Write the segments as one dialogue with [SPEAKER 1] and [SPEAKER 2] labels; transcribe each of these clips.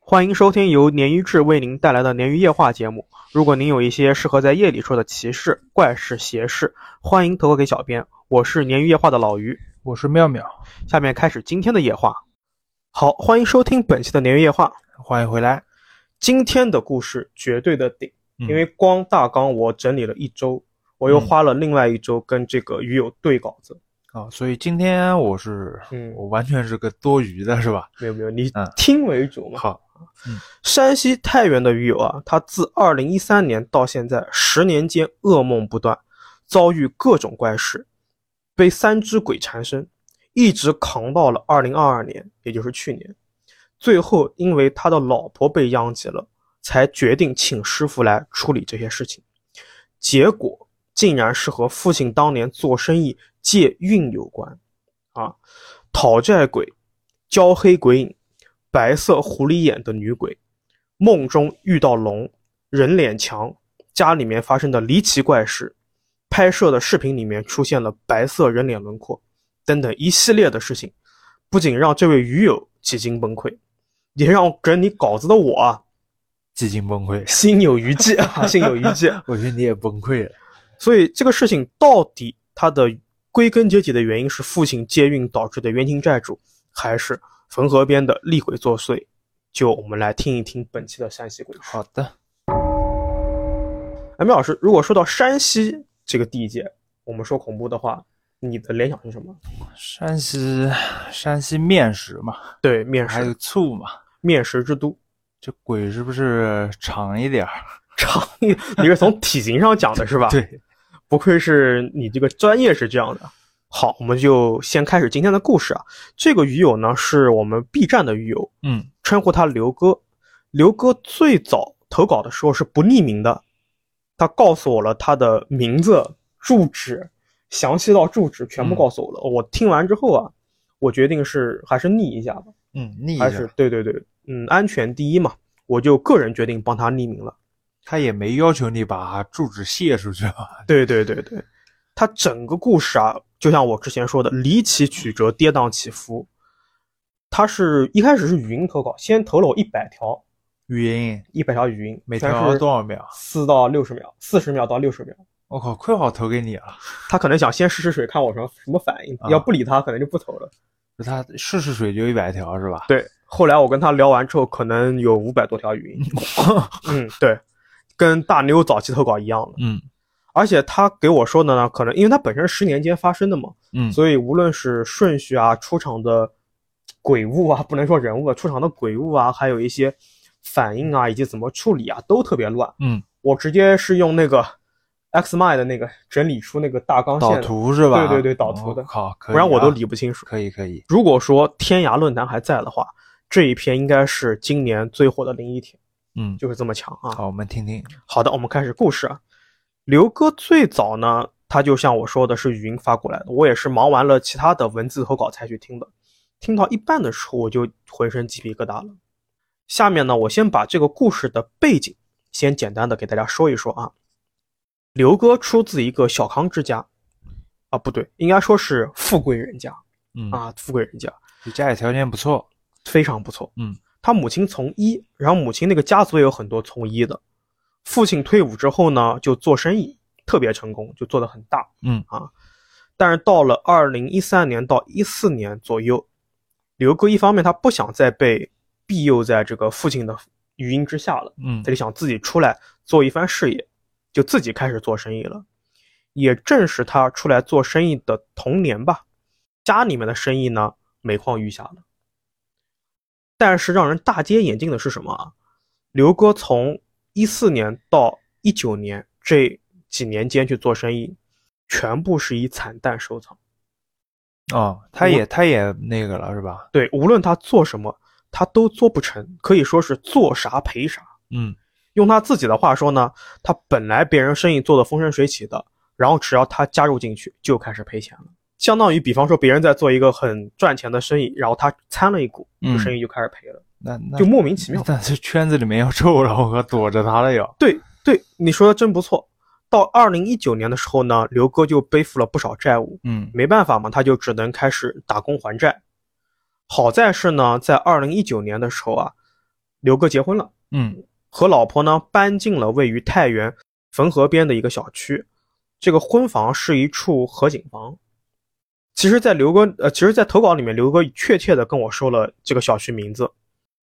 [SPEAKER 1] 欢迎收听由鲶鱼志为您带来的鲶鱼夜话节目。如果您有一些适合在夜里说的奇事、怪事、邪事，欢迎投稿给小编。我是鲶鱼夜话的老于。
[SPEAKER 2] 我是妙妙，
[SPEAKER 1] 下面开始今天的夜话。好，欢迎收听本期的鲶鱼夜话。
[SPEAKER 2] 欢迎回来。
[SPEAKER 1] 今天的故事绝对的顶，
[SPEAKER 2] 嗯
[SPEAKER 1] 因为光大纲我整理了一周，我又
[SPEAKER 2] 嗯
[SPEAKER 1] 花了另外一周跟这个鱼友对稿子。
[SPEAKER 2] 啊，所以今天我是
[SPEAKER 1] 嗯，
[SPEAKER 2] 我完全是个多余的，是吧？
[SPEAKER 1] 没有没有，你
[SPEAKER 2] 嗯
[SPEAKER 1] 听为主嘛。
[SPEAKER 2] 好，
[SPEAKER 1] 山西太原的鱼友啊，他自二零一三年到现在十年间噩梦不断，遭遇各种怪事，被三只鬼缠身，一直扛到了二零二二年，也就是去年。最后因为他的老婆被殃及了，才决定请师傅来处理这些事情。结果竟然是和父亲当年做生意借运有关，啊，讨债鬼、焦黑鬼影、白色狐狸眼的女鬼，梦中遇到龙、人脸墙，家里面发生的离奇怪事，拍摄的视频里面出现了白色人脸轮廓，等等一系列的事情，不仅让这位鱼友几经崩溃，也让整理稿子的我啊
[SPEAKER 2] 几近崩 溃，
[SPEAKER 1] 心有余悸啊，心有余悸。
[SPEAKER 2] 我觉得你也崩溃了。
[SPEAKER 1] 所以这个事情到底它的归根结底的原因是父亲借运导致的冤亲债主，还是汾河边的厉鬼作祟？就我们来听一听本期的山西鬼事。
[SPEAKER 2] 好的，
[SPEAKER 1] 哎，苗老师，如果说到山西这个地界，我们说恐怖的话，你的联想是什么？
[SPEAKER 2] 山西山西面食嘛，
[SPEAKER 1] 对，面
[SPEAKER 2] 还有
[SPEAKER 1] 食，
[SPEAKER 2] 醋嘛，
[SPEAKER 1] 面食之都。
[SPEAKER 2] 这鬼是不是长一点儿？啊
[SPEAKER 1] 长， 你是从体型上讲的是吧？，
[SPEAKER 2] 对，
[SPEAKER 1] 不愧是你这个专业是这样的。好，我们就先开始今天的故事啊。这个鱼友呢，是我们 B 站的鱼友，
[SPEAKER 2] 嗯，
[SPEAKER 1] 称呼他刘哥。刘哥最早投稿的时候是不匿名的，他告诉我了他的名字、住址，详细到住址全部告诉我
[SPEAKER 2] 嗯
[SPEAKER 1] 了。我听完之后啊，我决定是还是匿一下吧，
[SPEAKER 2] 嗯，腻一
[SPEAKER 1] 还是
[SPEAKER 2] 下，
[SPEAKER 1] 对对对，嗯，安全第一嘛，我就个人决定帮他匿名了。
[SPEAKER 2] 他也没要求你把住址泄出去啊。
[SPEAKER 1] 对对对对，他整个故事啊，就像我之前说的，离奇曲折，跌宕起伏。他是一开始是语音投稿，先投了我一百条，
[SPEAKER 2] 语音
[SPEAKER 1] 一百条语音，
[SPEAKER 2] 每
[SPEAKER 1] 全
[SPEAKER 2] 条
[SPEAKER 1] 是
[SPEAKER 2] 多少秒？
[SPEAKER 1] 啊四到六十秒，四十秒到六十秒。
[SPEAKER 2] 我靠，亏好投给你了。
[SPEAKER 1] 他可能想先试试水，看我什么什么反应。
[SPEAKER 2] 啊
[SPEAKER 1] 要不理他，可能就不投了。
[SPEAKER 2] 他试试水就一百条是吧？
[SPEAKER 1] 对，后来我跟他聊完之后，可能有五百多条 语音。嗯，对，跟大妞早期投稿一样的。
[SPEAKER 2] 嗯
[SPEAKER 1] 而且他给我说的呢，可能因为他本身十年间发生的嘛，
[SPEAKER 2] 嗯，
[SPEAKER 1] 所以无论是顺序啊、出场的鬼物啊，不能说人物啊，出场的鬼物啊，还有一些反应啊，以及怎么处理啊，都特别乱。
[SPEAKER 2] 嗯，
[SPEAKER 1] 我直接是用那个 XMy 的那个整理出那个大纲线
[SPEAKER 2] 导
[SPEAKER 1] 的，
[SPEAKER 2] 图是吧？
[SPEAKER 1] 对对对导图的
[SPEAKER 2] 我靠，可以
[SPEAKER 1] 不然我都
[SPEAKER 2] 啊
[SPEAKER 1] 理不清楚。
[SPEAKER 2] 可以可以，
[SPEAKER 1] 如果说天涯论坛还在的话，这一篇应该是今年最火的灵异帖，
[SPEAKER 2] 嗯，
[SPEAKER 1] 就是这么强啊。
[SPEAKER 2] 好，我们听听，
[SPEAKER 1] 好的，我们开始故事啊。刘哥最早呢，他就像我说的是语音发过来的，我也是忙完了其他的文字投稿才去听的。听到一半的时候，我就浑身鸡皮疙瘩了。下面呢，我先把这个故事的背景先简单的给大家说一说啊。刘哥出自一个小康之家，啊，不对，应该说是富贵人家
[SPEAKER 2] 嗯，
[SPEAKER 1] 啊，富贵人家。
[SPEAKER 2] 你家里条件不错，
[SPEAKER 1] 非常不错。
[SPEAKER 2] 嗯，
[SPEAKER 1] 他母亲从医，然后母亲那个家族也有很多从医的。父亲退伍之后呢，就做生意特别成功，就做得很大。
[SPEAKER 2] 嗯
[SPEAKER 1] 啊，但是到了二零一三年到一四年左右，刘哥一方面他不想再被庇佑在这个父亲的余荫之下了，
[SPEAKER 2] 嗯
[SPEAKER 1] 他就想自己出来做一番事业，就自己开始做生意了。也正是他出来做生意的童年吧，家里面的生意呢每况愈下了。但是让人大跌眼镜的是什么啊？刘哥从一四年到一九年这几年间去做生意，全部是以惨淡收场。
[SPEAKER 2] 哦，他也他也那个了是吧？
[SPEAKER 1] 对，无论他做什么，他都做不成，可以说是做啥赔啥。
[SPEAKER 2] 嗯
[SPEAKER 1] 用他自己的话说呢，他本来别人生意做得风生水起的，然后只要他加入进去，就开始赔钱了。相当于，比方说别人在做一个很赚钱的生意，然后他掺了一股，这
[SPEAKER 2] 嗯
[SPEAKER 1] 生意就开始赔了，
[SPEAKER 2] 那那
[SPEAKER 1] 就莫名其妙。
[SPEAKER 2] 那这圈子里面要臭了，我靠，躲着他 了要，
[SPEAKER 1] 对对，你说的真不错。到二零一九年的时候呢，刘哥就背负了不少债务，
[SPEAKER 2] 嗯
[SPEAKER 1] 没办法嘛，他就只能开始打工还债。好在是呢，在二零一九年的时候啊，刘哥结婚了，
[SPEAKER 2] 嗯
[SPEAKER 1] 和老婆呢搬进了位于太原汾河边的一个小区。这个婚房是一处河景房。其实，在刘哥呃，其实，在投稿里面，刘哥确切的跟我说了这个小区名字，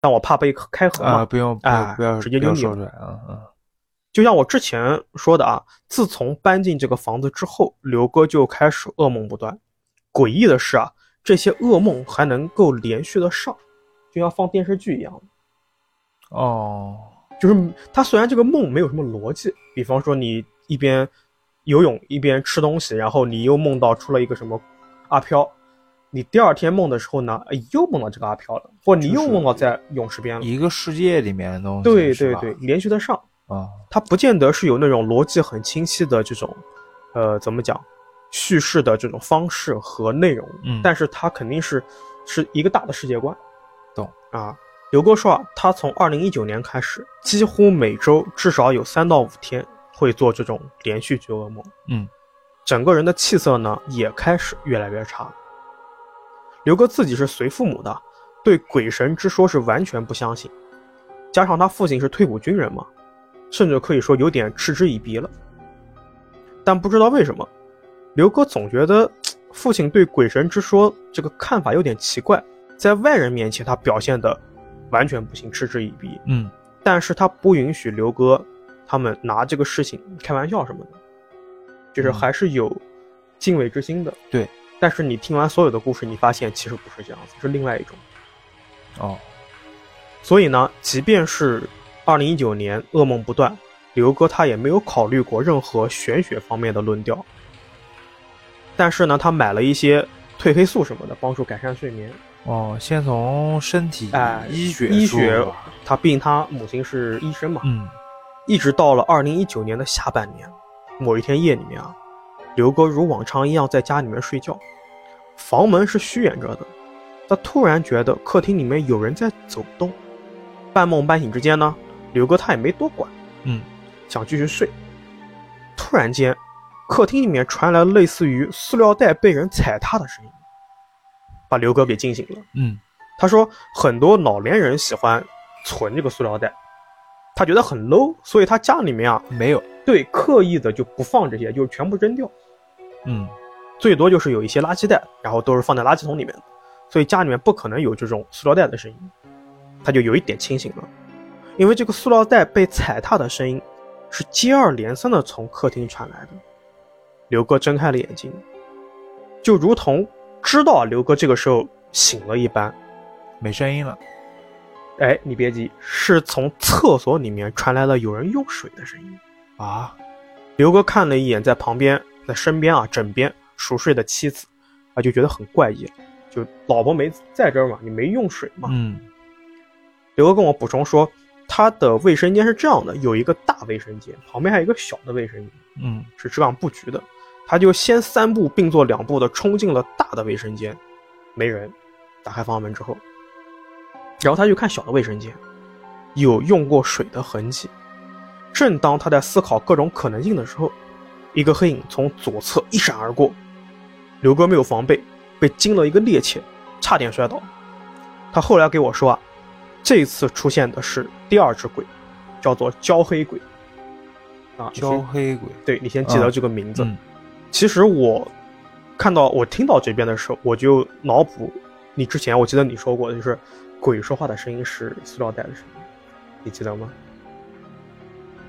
[SPEAKER 1] 但我怕被开河嘛，
[SPEAKER 2] 啊，不用，不
[SPEAKER 1] 哎
[SPEAKER 2] 要不要
[SPEAKER 1] 直接
[SPEAKER 2] 不要
[SPEAKER 1] 就
[SPEAKER 2] 说
[SPEAKER 1] 拧
[SPEAKER 2] 出来啊啊，
[SPEAKER 1] 就像我之前说的啊，自从搬进这个房子之后，刘哥就开始噩梦不断。诡异的是啊，这些噩梦还能够连续的上，就像放电视剧一样。
[SPEAKER 2] 哦，
[SPEAKER 1] 就是他虽然这个梦没有什么逻辑，比方说你一边游泳一边吃东西，然后你又梦到出了一个什么阿飘，你第二天梦的时候呢，哎又梦到这个阿飘了，或者你
[SPEAKER 2] 就
[SPEAKER 1] 又
[SPEAKER 2] 是
[SPEAKER 1] 梦到在泳池边了。
[SPEAKER 2] 一个世界里面的东西，
[SPEAKER 1] 对
[SPEAKER 2] 是
[SPEAKER 1] 对
[SPEAKER 2] 吧
[SPEAKER 1] 对，连续的上。
[SPEAKER 2] 啊，
[SPEAKER 1] 它不见得是有那种逻辑很清晰的这种，呃，怎么讲，叙事的这种方式和内容，
[SPEAKER 2] 嗯
[SPEAKER 1] 但是它肯定是是一个大的世界观。
[SPEAKER 2] 懂
[SPEAKER 1] 啊？刘哥说啊，他从二零一九年开始，几乎每周至少有三到五天会做这种连续剧噩梦，
[SPEAKER 2] 嗯，
[SPEAKER 1] 整个人的气色呢也开始越来越差。刘哥自己是随父母的，对鬼神之说是完全不相信，加上他父亲是退伍军人嘛，甚至可以说有点嗤之以鼻了。但不知道为什么，刘哥总觉得父亲对鬼神之说这个看法有点奇怪，在外人面前他表现的完全不行，嗤之以鼻。
[SPEAKER 2] 嗯
[SPEAKER 1] 但是他不允许刘哥他们拿这个事情开玩笑什么的，就是
[SPEAKER 2] 嗯
[SPEAKER 1] 还是有敬畏之心的。
[SPEAKER 2] 对，
[SPEAKER 1] 但是你听完所有的故事，你发现其实不是这样子，是另外一种。
[SPEAKER 2] 哦，
[SPEAKER 1] 所以呢，即便是2019年噩梦不断，刘哥他也没有考虑过任何玄学方面的论调。但是呢，他买了一些褪黑素什么的，帮助改善睡眠。
[SPEAKER 2] 哦，先从身体
[SPEAKER 1] 哎
[SPEAKER 2] 医学
[SPEAKER 1] 医
[SPEAKER 2] 说
[SPEAKER 1] 学
[SPEAKER 2] 吧
[SPEAKER 1] 他毕竟他母亲是医生嘛，
[SPEAKER 2] 嗯
[SPEAKER 1] 一直到了2019年的下半年，某一天夜里面啊，刘哥如往常一样在家里面睡觉，房门是虚掩着的，他突然觉得客厅里面有人在走动，半梦半醒之间呢，刘哥他也没多管，
[SPEAKER 2] 嗯，
[SPEAKER 1] 想继续睡。突然间，客厅里面传来类似于塑料袋被人踩踏的声音，把刘哥给惊醒了。
[SPEAKER 2] 嗯
[SPEAKER 1] 他说，很多老年人喜欢存这个塑料袋，他觉得很 low，所以他家里面啊，
[SPEAKER 2] 没有
[SPEAKER 1] 对刻意的就不放这些，就是全部扔掉，
[SPEAKER 2] 嗯
[SPEAKER 1] 最多就是有一些垃圾袋，然后都是放在垃圾桶里面的，所以家里面不可能有这种塑料袋的声音。他就有一点清醒了，因为这个塑料袋被踩踏的声音是接二连三的从客厅传来的。刘哥睁开了眼睛，就如同知道刘哥这个时候醒了一般。
[SPEAKER 2] 没声音了，
[SPEAKER 1] 哎，你别急，是从厕所里面传来了有人用水的声音。
[SPEAKER 2] 啊，
[SPEAKER 1] 刘哥看了一眼在旁边、在身边啊、枕边熟睡的妻子，啊，就觉得很怪异了。就老婆没在这儿嘛，你没用水嘛？
[SPEAKER 2] 嗯
[SPEAKER 1] 刘哥跟我补充说，他的卫生间是这样的，有一个大卫生间，旁边还有一个小的卫生间，
[SPEAKER 2] 嗯
[SPEAKER 1] 是这样布局的。他就先三步并作两步的冲进了大的卫生间，没人。打开房门之后，然后他就看小的卫生间，有用过水的痕迹。正当他在思考各种可能性的时候，一个黑影从左侧一闪而过，刘哥没有防备，被惊了一个趔趄，差点摔倒。他后来给我说啊，这次出现的是第二只鬼，叫做焦黑鬼。啊，你先
[SPEAKER 2] 焦黑鬼，
[SPEAKER 1] 对你先记得这个名字。
[SPEAKER 2] 嗯
[SPEAKER 1] 其实我看到我听到这边的时候，我就脑补你之前我记得你说过，就是鬼说话的声音是塑料袋的声音，你记得吗？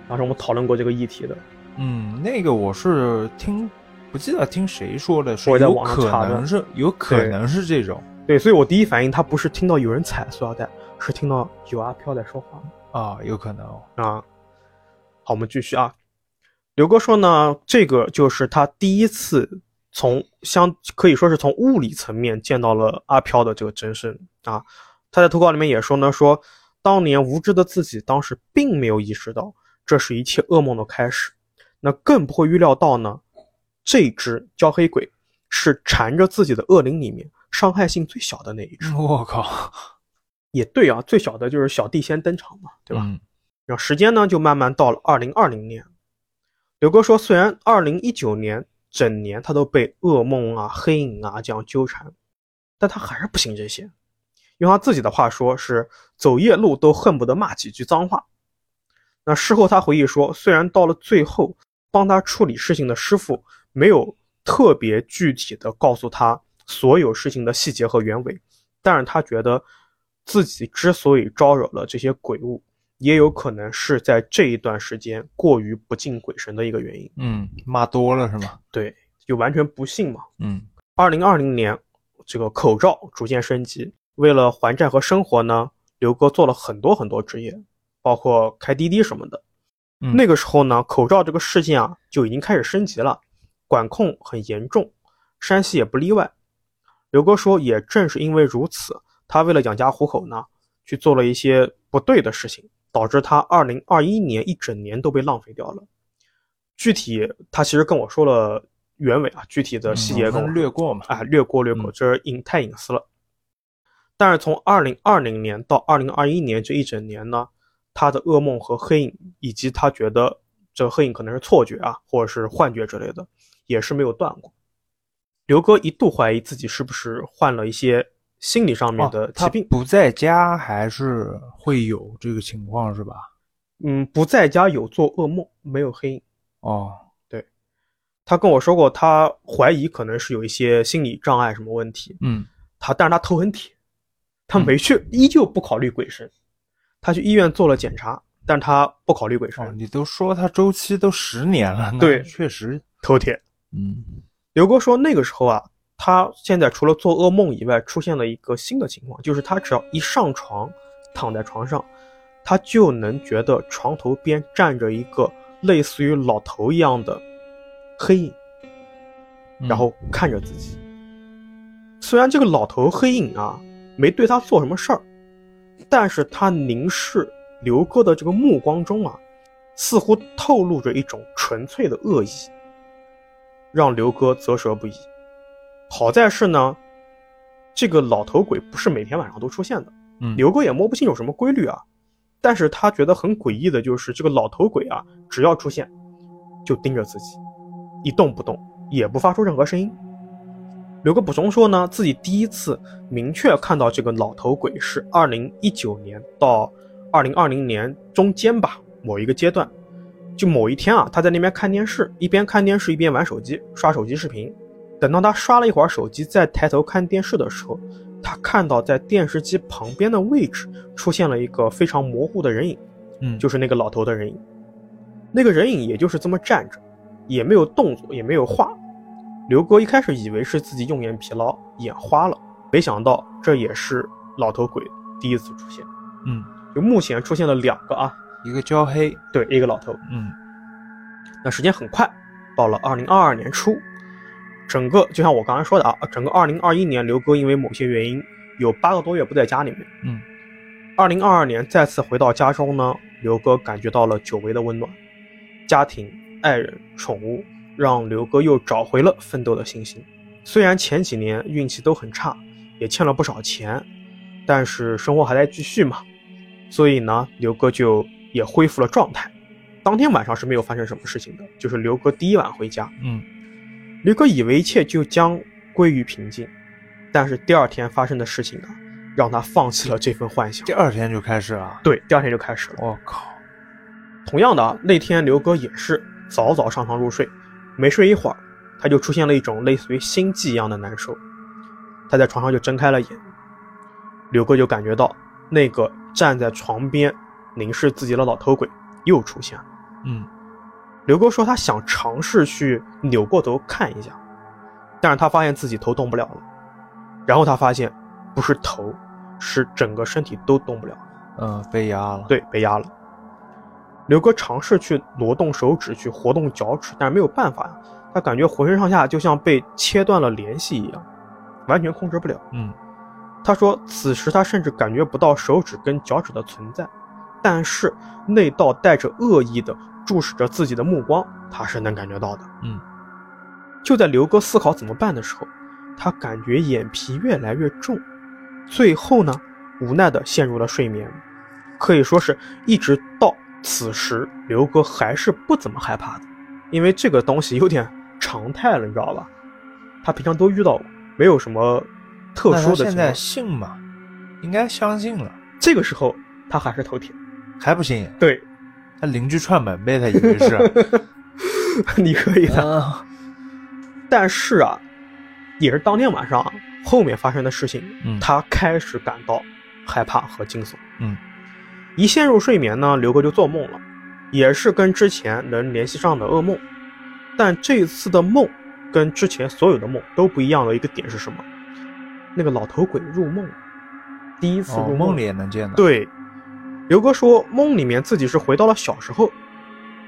[SPEAKER 1] 当时我们讨论过这个议题的，
[SPEAKER 2] 嗯，那个我是听不记得听谁说的，说
[SPEAKER 1] 我在
[SPEAKER 2] 有
[SPEAKER 1] 网上
[SPEAKER 2] 可
[SPEAKER 1] 查的
[SPEAKER 2] 能是有可
[SPEAKER 1] 对
[SPEAKER 2] 能是这种
[SPEAKER 1] 对，所以我第一反应他不是听到有人踩塑料袋，是听到有阿飘在说话。
[SPEAKER 2] 啊，有可能哦，
[SPEAKER 1] 啊。好，我们继续啊。刘哥说呢，这个就是他第一次从相可以说是从物理层面见到了阿飘的这个真身啊。他在投稿里面也说呢，说当年无知的自己当时并没有意识到这是一切噩梦的开始，那更不会预料到呢，这只焦黑鬼是缠着自己的恶灵里面伤害性最小的那一只。
[SPEAKER 2] 我靠，
[SPEAKER 1] 也对啊，最小的就是小弟先登场嘛，对吧？
[SPEAKER 2] 嗯
[SPEAKER 1] 然后时间呢就慢慢到了二零二零年。刘哥说，虽然二零一九年整年他都被噩梦啊、黑影啊这样纠缠，但他还是不信这些，用他自己的话说是走夜路都恨不得骂几句脏话。那事后他回忆说，虽然到了最后帮他处理事情的师傅没有特别具体的告诉他所有事情的细节和原委，但是他觉得自己之所以招惹了这些鬼物，也有可能是在这一段时间过于不敬鬼神的一个原因。
[SPEAKER 2] 嗯，骂多了是吗？
[SPEAKER 1] 对，就完全不信嘛。
[SPEAKER 2] 嗯
[SPEAKER 1] 二零二零年，这个口罩逐渐升级。为了还债和生活呢，刘哥做了很多很多职业，包括开滴滴什么的。
[SPEAKER 2] 嗯
[SPEAKER 1] 那个时候呢，口罩这个事件啊就已经开始升级了，管控很严重，山西也不例外。刘哥说，也正是因为如此，他为了养家糊口呢，去做了一些不对的事情，导致他二零二一年一整年都被浪费掉了。具体他其实跟我说了原委啊，具体的细节
[SPEAKER 2] 嗯我
[SPEAKER 1] 跟我说
[SPEAKER 2] 们略过嘛。
[SPEAKER 1] 啊，略过略过，
[SPEAKER 2] 嗯
[SPEAKER 1] 这是隐太隐私了。但是从二零二零年到二零二一年这一整年呢，他的噩梦和黑影，以及他觉得这黑影可能是错觉啊，或者是幻觉之类的，也是没有断过。刘哥一度怀疑自己是不是患了一些心理上面
[SPEAKER 2] 哦
[SPEAKER 1] 的疾
[SPEAKER 2] 他
[SPEAKER 1] 病，
[SPEAKER 2] 不在家还是会有这个情况是吧？
[SPEAKER 1] 嗯，不在家有做噩梦，没有黑影。
[SPEAKER 2] 哦，
[SPEAKER 1] 他跟我说过，他怀疑可能是有一些心理障碍什么问题，
[SPEAKER 2] 嗯
[SPEAKER 1] 他，但是他头很铁，他
[SPEAKER 2] 嗯
[SPEAKER 1] 没去，依旧不考虑鬼神。他去医院做了检查，但是他不考虑鬼神，
[SPEAKER 2] 哦，你都说他周期都十年了，那
[SPEAKER 1] 对
[SPEAKER 2] 确实，
[SPEAKER 1] 头铁。
[SPEAKER 2] 嗯
[SPEAKER 1] 刘哥说，那个时候啊，他现在除了做噩梦以外，出现了一个新的情况，就是他只要一上床，躺在床上，他就能觉得床头边站着一个类似于老头一样的黑影。
[SPEAKER 2] 嗯
[SPEAKER 1] 然后看着自己。虽然这个老头黑影啊没对他做什么事儿，但是他凝视刘哥的这个目光中啊，似乎透露着一种纯粹的恶意，让刘哥啧舌不已。好在是呢，这个老头鬼不是每天晚上都出现的，
[SPEAKER 2] 嗯
[SPEAKER 1] 刘哥也摸不清有什么规律啊。但是他觉得很诡异的就是，这个老头鬼啊，只要出现，就盯着自己，一动不动，也不发出任何声音。刘哥补充说呢，自己第一次明确看到这个老头鬼是二零一九年到二零二零年中间吧，某一个阶段，就某一天啊，他在那边看电视，一边看电视一边玩手机，刷手机视频。等到他刷了一会儿手机，再抬头看电视的时候，他看到在电视机旁边的位置出现了一个非常模糊的人影，
[SPEAKER 2] 嗯
[SPEAKER 1] 就是那个老头的人影。那个人影也就是这么站着，也没有动作，也没有话。刘哥一开始以为是自己用眼疲劳眼花了，没想到这也是老头鬼第一次出现。
[SPEAKER 2] 嗯，
[SPEAKER 1] 就目前出现了两个啊，
[SPEAKER 2] 一个焦黑，
[SPEAKER 1] 对，一个老头。
[SPEAKER 2] 嗯
[SPEAKER 1] 那时间很快，到了二零二二年初，整个就像我刚才说的啊，整个二零二一年，刘哥因为某些原因有八个多月不在家里面。
[SPEAKER 2] 嗯，
[SPEAKER 1] 二零二二年再次回到家中呢，刘哥感觉到了久违的温暖，家庭、爱人、宠物让刘哥又找回了奋斗的信心。虽然前几年运气都很差，也欠了不少钱，但是生活还在继续嘛，所以呢，刘哥就也恢复了状态。当天晚上是没有发生什么事情的，就是刘哥第一晚回家，
[SPEAKER 2] 嗯
[SPEAKER 1] 刘哥以为一切就将归于平静，但是第二天发生的事情啊，让他放弃了这份幻想
[SPEAKER 2] 第。二天就开始了。
[SPEAKER 1] 对，第二天就开始了。
[SPEAKER 2] 我靠，
[SPEAKER 1] 同样的啊，那天刘哥也是早早上床入睡，没睡一会儿，他就出现了一种类似于心悸一样的难受。他在床上就睁开了眼，刘哥就感觉到那个站在床边凝视自己的老头鬼又出现了。
[SPEAKER 2] 嗯
[SPEAKER 1] 刘哥说他想尝试去扭过头看一下，但是他发现自己头动不了了。然后他发现不是头，是整个身体都动不了，
[SPEAKER 2] 嗯，被压了。，
[SPEAKER 1] 对，被压了。刘哥尝试去挪动手指，去活动脚趾，但是没有办法呀，他感觉浑身上下就像被切断了联系一样，完全控制不了。
[SPEAKER 2] 嗯
[SPEAKER 1] 他说，此时他甚至感觉不到手指跟脚趾的存在，但是那道带着恶意的注视着自己的目光，他是能感觉到的。
[SPEAKER 2] 嗯，
[SPEAKER 1] 就在刘哥思考怎么办的时候，他感觉眼皮越来越重，最后呢，无奈的陷入了睡眠。可以说是一直到此时，刘哥还是不怎么害怕的，因为这个东西有点常态了，你知道吧？他平常都遇到过，没有什么特
[SPEAKER 2] 那
[SPEAKER 1] 殊的情况。
[SPEAKER 2] 他现在信吗？应该相信了，
[SPEAKER 1] 这个时候他还是头铁。
[SPEAKER 2] 还不信？
[SPEAKER 1] 对，
[SPEAKER 2] 他邻居串门呗，他以为是。
[SPEAKER 1] 你可以的。
[SPEAKER 2] 啊
[SPEAKER 1] 但是啊，也是当天晚上啊后面发生的事情，
[SPEAKER 2] 嗯
[SPEAKER 1] 他开始感到害怕和惊悚。
[SPEAKER 2] 嗯，
[SPEAKER 1] 一陷入睡眠呢，刘哥就做梦了，也是跟之前能联系上的噩梦。但这次的梦跟之前所有的梦都不一样的一个点是什么？那个老头鬼入梦了，第一次
[SPEAKER 2] 哦
[SPEAKER 1] 入
[SPEAKER 2] 梦
[SPEAKER 1] 里。
[SPEAKER 2] 里也能见到。，
[SPEAKER 1] 对，刘哥说梦里面自己是回到了小时候，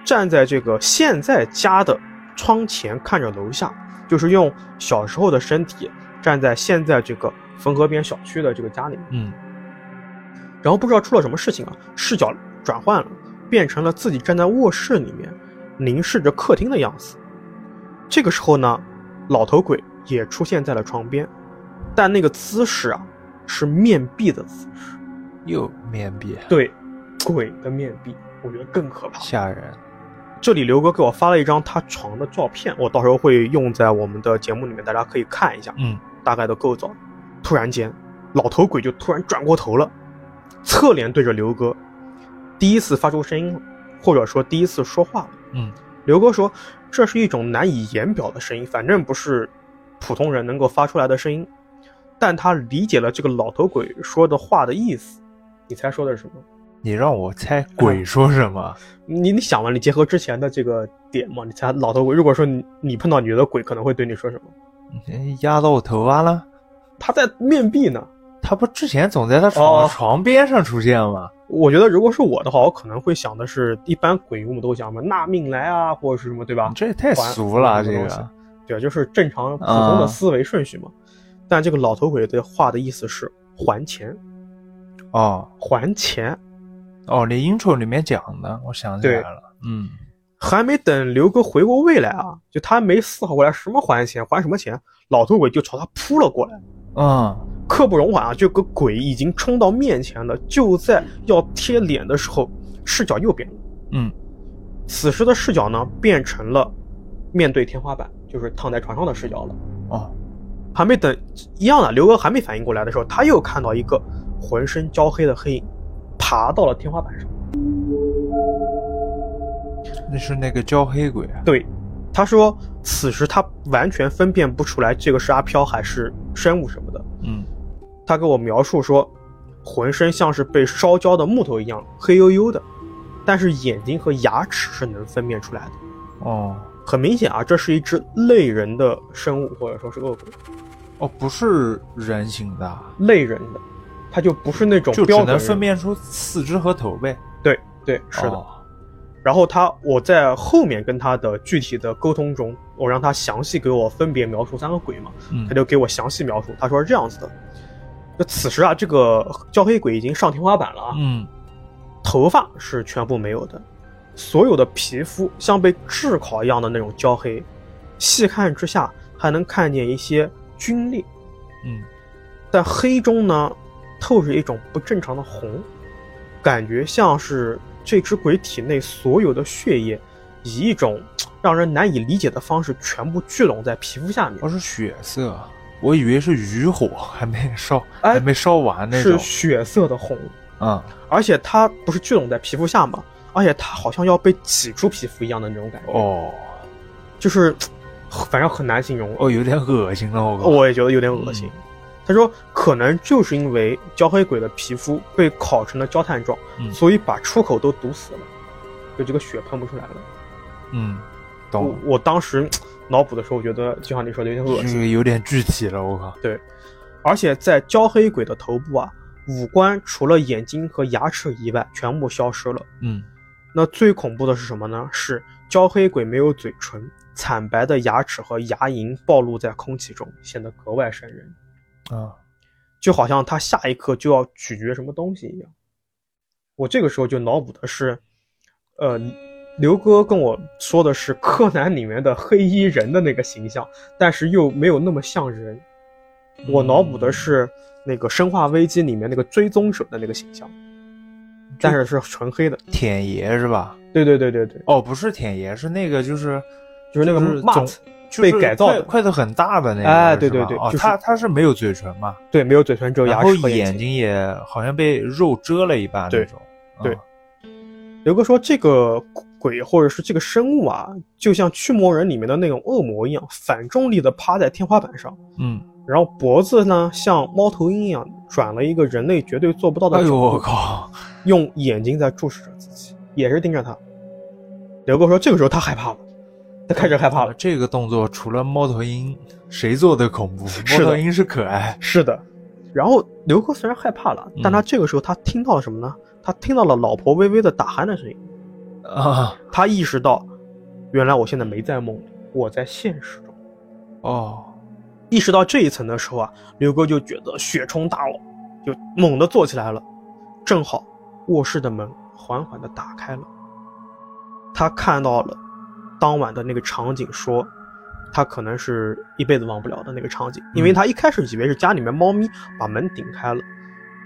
[SPEAKER 1] 站在这个现在家的窗前看着楼下，就是用小时候的身体站在现在这个汾河边小区的这个家里面，
[SPEAKER 2] 嗯，
[SPEAKER 1] 然后不知道出了什么事情啊，视角转换了，变成了自己站在卧室里面凝视着客厅的样子。这个时候呢，老头鬼也出现在了床边，但那个姿势啊是面壁的姿势。
[SPEAKER 2] 又面壁，
[SPEAKER 1] 对，鬼的面壁，我觉得更可怕。
[SPEAKER 2] 吓人。
[SPEAKER 1] 这里刘哥给我发了一张他床的照片，我到时候会用在我们的节目里面，大家可以看一下
[SPEAKER 2] 嗯，
[SPEAKER 1] 大概的构造。突然间，老头鬼就突然转过头了，侧脸对着刘哥，第一次发出声音了，或者说第一次说话了。
[SPEAKER 2] 嗯，
[SPEAKER 1] 刘哥说，这是一种难以言表的声音，反正不是普通人能够发出来的声音。但他理解了这个老头鬼说的话的意思，你猜说的是什么？
[SPEAKER 2] 你让我猜鬼说什么？
[SPEAKER 1] 你你想嘛，你结合之前的这个点嘛，你猜老头鬼，如果说你你碰到你觉得鬼可能会对你说什么？
[SPEAKER 2] 嗯压到我头发了？
[SPEAKER 1] 他在面壁呢。
[SPEAKER 2] 他不之前总在他床
[SPEAKER 1] 哦
[SPEAKER 2] 床边上出现吗？
[SPEAKER 1] 我觉得如果是我的话，我可能会想的是，一般鬼我们都想嘛，纳命来啊，或者是什么，对吧
[SPEAKER 2] 你？这也太俗了，这
[SPEAKER 1] 还还有什
[SPEAKER 2] 个
[SPEAKER 1] 么对，啊就是正常普通的
[SPEAKER 2] 啊
[SPEAKER 1] 思维顺序嘛。但这个老头鬼的话的意思是还钱，
[SPEAKER 2] 哦
[SPEAKER 1] 还钱。
[SPEAKER 2] 哦，你 intro 里面讲的，我想起来
[SPEAKER 1] 对
[SPEAKER 2] 了，嗯，
[SPEAKER 1] 还没等刘哥回过味来啊，就他没思考过来什么还钱，还什么钱，老头鬼就朝他扑了过来。
[SPEAKER 2] 嗯，
[SPEAKER 1] 刻不容缓啊！这个鬼已经冲到面前了，就在要贴脸的时候，视角又变了。
[SPEAKER 2] 嗯，
[SPEAKER 1] 此时的视角呢，变成了面对天花板，就是躺在床上的视角了。
[SPEAKER 2] 哦，
[SPEAKER 1] 还没等一样的，刘哥还没反应过来的时候，他又看到一个浑身焦黑的黑影爬到了天花板上。
[SPEAKER 2] 那是那个焦黑鬼啊，
[SPEAKER 1] 对，他说，此时他完全分辨不出来这个是阿飘还是生物什么的。
[SPEAKER 2] 嗯，
[SPEAKER 1] 他给我描述说，浑身像是被烧焦的木头一样黑黝黝的，但是眼睛和牙齿是能分辨出来的。
[SPEAKER 2] 哦
[SPEAKER 1] 很明显啊，这是一只类人的生物，或者说是恶鬼，
[SPEAKER 2] 哦，不是人形的啊，
[SPEAKER 1] 类人的，它就不是那种
[SPEAKER 2] 就
[SPEAKER 1] 标
[SPEAKER 2] 只
[SPEAKER 1] 准
[SPEAKER 2] 能
[SPEAKER 1] 人
[SPEAKER 2] 分。辨出四肢和头呗。
[SPEAKER 1] 对对，是的。
[SPEAKER 2] 哦
[SPEAKER 1] 然后他，我在后面跟他的具体的沟通中，我让他详细给我分别描述三个鬼嘛，
[SPEAKER 2] 嗯
[SPEAKER 1] 他，就给我详细描述，他说是这样子的。那此时啊，这个焦黑鬼已经上天花板了啊，
[SPEAKER 2] 嗯，
[SPEAKER 1] 头发是全部没有的，所有的皮肤像被炙烤一样的那种焦黑，细看之下还能看见一些皲裂，
[SPEAKER 2] 嗯，
[SPEAKER 1] 但黑中呢透着一种不正常的红，感觉像是这只鬼体内所有的血液以一种嘖让人难以理解的方式全部聚拢在皮肤下面
[SPEAKER 2] 哦，是血色，我以为是余火，还没烧，
[SPEAKER 1] 哎
[SPEAKER 2] 还没烧完那
[SPEAKER 1] 是
[SPEAKER 2] 种。
[SPEAKER 1] 血色的红，
[SPEAKER 2] 嗯，
[SPEAKER 1] 而且它不是聚拢在皮肤下吗？而且它好像要被挤出皮肤一样的那种感觉，
[SPEAKER 2] 哦
[SPEAKER 1] 就是嘖反正很难形容。呃
[SPEAKER 2] 哦，有点恶心了，我靠。
[SPEAKER 1] 我也觉得有点恶心。他说，可能就是因为焦黑鬼的皮肤被烤成了焦炭状，
[SPEAKER 2] 嗯
[SPEAKER 1] 所以把出口都堵死了，就这个血喷不出来了。
[SPEAKER 2] 嗯，
[SPEAKER 1] 我
[SPEAKER 2] 懂，
[SPEAKER 1] 我当时脑补的时候，我觉得就像你说的有点恶
[SPEAKER 2] 这
[SPEAKER 1] 心，
[SPEAKER 2] 个有点具体了，我靠。
[SPEAKER 1] 而且在焦黑鬼的头部啊，五官除了眼睛和牙齿以外，全部消失了。
[SPEAKER 2] 嗯，
[SPEAKER 1] 那最恐怖的是什么呢？是焦黑鬼没有嘴唇，惨白的牙齿和牙龈暴露在空气中，显得格外瘆人。
[SPEAKER 2] 啊，
[SPEAKER 1] 就好像他下一刻就要咀嚼什么东西一样。我这个时候就脑补的是，呃，刘哥跟我说的是柯南里面的黑衣人的那个形象，但是又没有那么像人。我脑补的是那个《生化危机》里面那个追踪者的那个形象，但是是纯黑的。
[SPEAKER 2] 舔爷是吧？
[SPEAKER 1] 对对对对对，
[SPEAKER 2] 哦，不是舔爷，是那个就是
[SPEAKER 1] 就是那个
[SPEAKER 2] 就是
[SPEAKER 1] Mart
[SPEAKER 2] 总就是
[SPEAKER 1] 被改造的
[SPEAKER 2] 块块头很大的那个是吧，
[SPEAKER 1] 哎对对对
[SPEAKER 2] 哦
[SPEAKER 1] 就是
[SPEAKER 2] 他他是没有嘴唇嘛，
[SPEAKER 1] 对，没有嘴唇，只有
[SPEAKER 2] 然
[SPEAKER 1] 牙
[SPEAKER 2] 后
[SPEAKER 1] 齿和
[SPEAKER 2] 眼
[SPEAKER 1] 睛。
[SPEAKER 2] 睛也好像被肉遮了一半那
[SPEAKER 1] 对
[SPEAKER 2] 种，
[SPEAKER 1] 对
[SPEAKER 2] 嗯
[SPEAKER 1] 刘哥说，这个鬼或者是这个生物啊，就像驱魔人里面的那种恶魔一样，反重力的趴在天花板上，
[SPEAKER 2] 嗯，
[SPEAKER 1] 然后脖子呢像猫头鹰一样转了一个人类绝对做不到的
[SPEAKER 2] 哎
[SPEAKER 1] 角
[SPEAKER 2] 呦
[SPEAKER 1] 度，
[SPEAKER 2] 我靠，
[SPEAKER 1] 用眼睛在注视着自己，也是盯着他。刘哥说，这个时候他害怕了，他 开始害怕了。
[SPEAKER 2] 这个动作除了猫头鹰，谁做的恐怖？
[SPEAKER 1] 是的
[SPEAKER 2] 猫头鹰是 可爱，
[SPEAKER 1] 是的，然后刘哥虽然害怕了，
[SPEAKER 2] 嗯
[SPEAKER 1] 但他这个时候他听到了什么呢？他听到了老婆微微的打鼾的声音，
[SPEAKER 2] 啊，
[SPEAKER 1] 他意识到，原来我现在没在梦里，我在现实中。
[SPEAKER 2] 哦，
[SPEAKER 1] 意识到这一层的时候啊，刘哥就觉得血冲大脑，就猛地坐起来了。正好卧室的门缓缓地打开了，他看到了当晚的那个场景说，他可能是一辈子忘不了的那个场景，因为他一开始以为是家里面猫咪把门顶开了，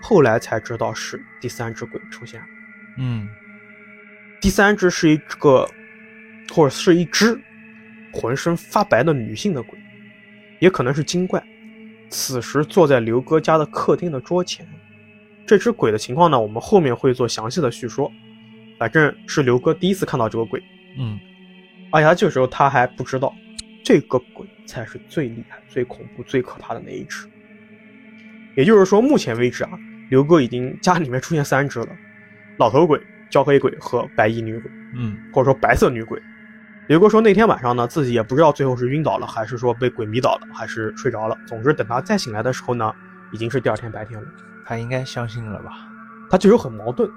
[SPEAKER 1] 后来才知道是第三只鬼出现了。
[SPEAKER 2] 嗯，
[SPEAKER 1] 第三只是一个，或者是一只浑身发白的女性的鬼，也可能是精怪。此时坐在刘哥家的客厅的桌前，这只鬼的情况呢，我们后面会做详细的叙说。反正是刘哥第一次看到这个鬼，
[SPEAKER 2] 嗯，
[SPEAKER 1] 而且他这个时候他还不知道，这个鬼才是最厉害、最恐怖、最可怕的那一只。也就是说，目前为止啊，刘哥已经家里面出现三只了：老头鬼、焦黑鬼和白衣女鬼。
[SPEAKER 2] 嗯，
[SPEAKER 1] 或者说白色女鬼。刘哥说那天晚上呢，自己也不知道最后是晕倒了，还是说被鬼迷倒了，还是睡着了。总之，等他再醒来的时候呢，已经是第二天白天了。
[SPEAKER 2] 他应该相信了吧？
[SPEAKER 1] 他这时候很矛盾，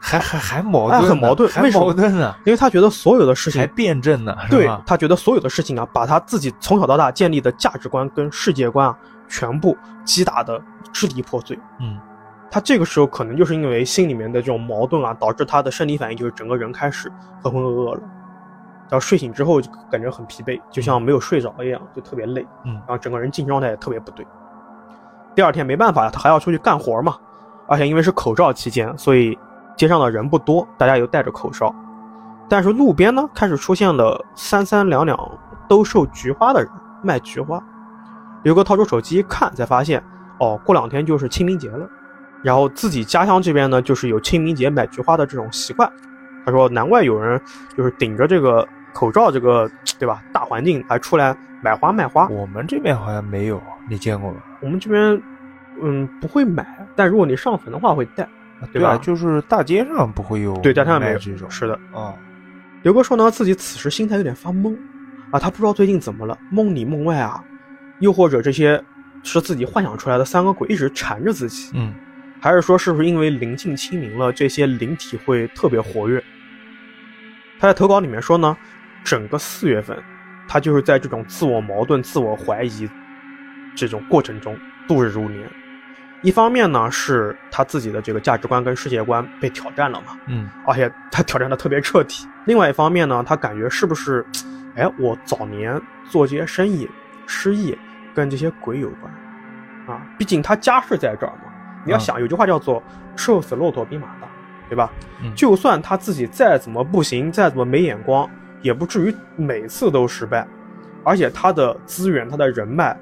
[SPEAKER 2] 还还还矛盾呢，
[SPEAKER 1] 哎很矛盾
[SPEAKER 2] 还
[SPEAKER 1] 为什么
[SPEAKER 2] 矛盾呢，
[SPEAKER 1] 因为他觉得所有的事
[SPEAKER 2] 还
[SPEAKER 1] 情，
[SPEAKER 2] 辩证呢，是
[SPEAKER 1] 对
[SPEAKER 2] 吧
[SPEAKER 1] 他觉得所有的事情啊，把他自己从小到大建立的价值观跟世界观啊，全部击打的支离破碎。
[SPEAKER 2] 嗯，
[SPEAKER 1] 他这个时候可能就是因为心里面的这种矛盾啊，导致他的生理反应就是整个人开始浑浑噩噩了，然后睡醒之后就感觉很疲惫，就像没有睡着一样，就特别累，
[SPEAKER 2] 嗯
[SPEAKER 1] 然后整个人精神状态也特别不对。第二天没办法呀，他还要出去干活嘛，而且因为是口罩期间，所以街上的人不多，大家又戴着口罩，但是路边呢开始出现了三三两两兜售菊花的人卖菊花。刘哥掏出手机一看，才发现哦，过两天就是清明节了。然后自己家乡这边呢，就是有清明节买菊花的这种习惯。他说，难怪有人就是顶着这个口罩，这个对吧，大环境还出来买花卖花。
[SPEAKER 2] 我们这边好像没有，你见过吗？
[SPEAKER 1] 我们这边，嗯，不会买，但如果你上坟的话会带。对
[SPEAKER 2] 啊，
[SPEAKER 1] 吧
[SPEAKER 2] 就是大街上不会有
[SPEAKER 1] 对，但他没
[SPEAKER 2] 卖
[SPEAKER 1] 有
[SPEAKER 2] 这种
[SPEAKER 1] 是的，
[SPEAKER 2] 啊，
[SPEAKER 1] 刘哥说呢，自己此时心态有点发懵啊，他不知道最近怎么了，梦里梦外啊，又或者这些是自己幻想出来的三个鬼一直缠着自己，
[SPEAKER 2] 嗯
[SPEAKER 1] 还是说是不是因为临近清明了，这些灵体会特别活跃？他在投稿里面说呢，整个四月份，他就是在这种自我矛盾、自我怀疑这种过程中度日如年。一方面呢，是他自己的这个价值观跟世界观被挑战了嘛，
[SPEAKER 2] 嗯
[SPEAKER 1] 而且他挑战的特别彻底。另外一方面呢，他感觉是不是，哎，我早年做这些生意失意跟这些鬼有关啊？毕竟他家是在这儿嘛。你要
[SPEAKER 2] 嗯
[SPEAKER 1] 想，有句话叫做“瘦死骆驼比马大”，对吧？
[SPEAKER 2] 嗯
[SPEAKER 1] 就算他自己再怎么不行，再怎么没眼光，也不至于每次都失败。而且他的资源、他的人脉，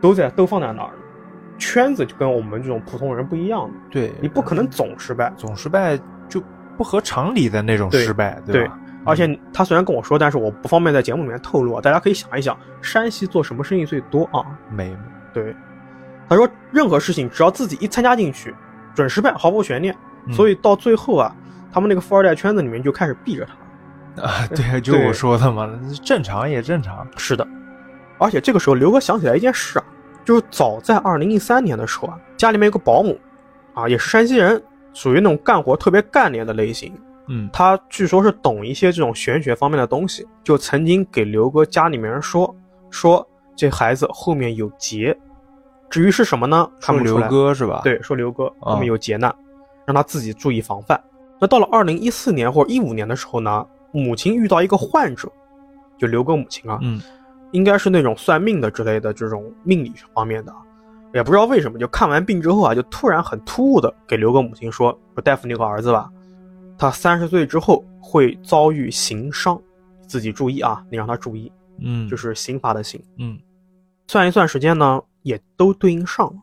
[SPEAKER 1] 都在都放在那儿呢，圈子就跟我们这种普通人不一样的，
[SPEAKER 2] 对，
[SPEAKER 1] 你不可能总失败。
[SPEAKER 2] 总失败就不合常理的那种
[SPEAKER 1] 对
[SPEAKER 2] 失败，
[SPEAKER 1] 对
[SPEAKER 2] 吧？
[SPEAKER 1] 而且他虽然跟我说，但是我不方便在节目里面透露啊。大家可以想一想，山西做什么生意最多啊？
[SPEAKER 2] 没
[SPEAKER 1] 对，他说任何事情只要自己一参加进去，准失败，毫无悬念。
[SPEAKER 2] 嗯
[SPEAKER 1] 所以到最后啊，他们那个富二代圈子里面就开始避着他。
[SPEAKER 2] 啊，对，就
[SPEAKER 1] 对
[SPEAKER 2] 我说的嘛，正常也正常，
[SPEAKER 1] 是的，而且这个时候刘哥想起来一件事啊，就是早在二零一三年的时候啊，家里面有个保姆，啊，也是山西人，属于那种干活特别干练的类型。
[SPEAKER 2] 嗯
[SPEAKER 1] 他据说是懂一些这种玄学方面的东西，就曾经给刘哥家里面人说说这孩子后面有劫，至于是什么呢？看不
[SPEAKER 2] 说
[SPEAKER 1] 出
[SPEAKER 2] 刘
[SPEAKER 1] 来。
[SPEAKER 2] 哥是吧？，
[SPEAKER 1] 对，说刘哥
[SPEAKER 2] 啊
[SPEAKER 1] 后面有劫难，让他自己注意防范。那到了二零一四年或者一五年的时候呢，母亲遇到一个患者，就刘哥母亲啊，
[SPEAKER 2] 嗯
[SPEAKER 1] 应该是那种算命的之类的这种命理方面的啊，也不知道为什么，就看完病之后啊，就突然很突兀的给刘哥母亲说：“说大夫，你有个儿子吧，他三十岁之后会遭遇行伤，自己注意啊，你让他注意。”
[SPEAKER 2] 嗯，
[SPEAKER 1] 就是刑罚的刑。
[SPEAKER 2] 嗯
[SPEAKER 1] 算一算时间呢，也都对应上了。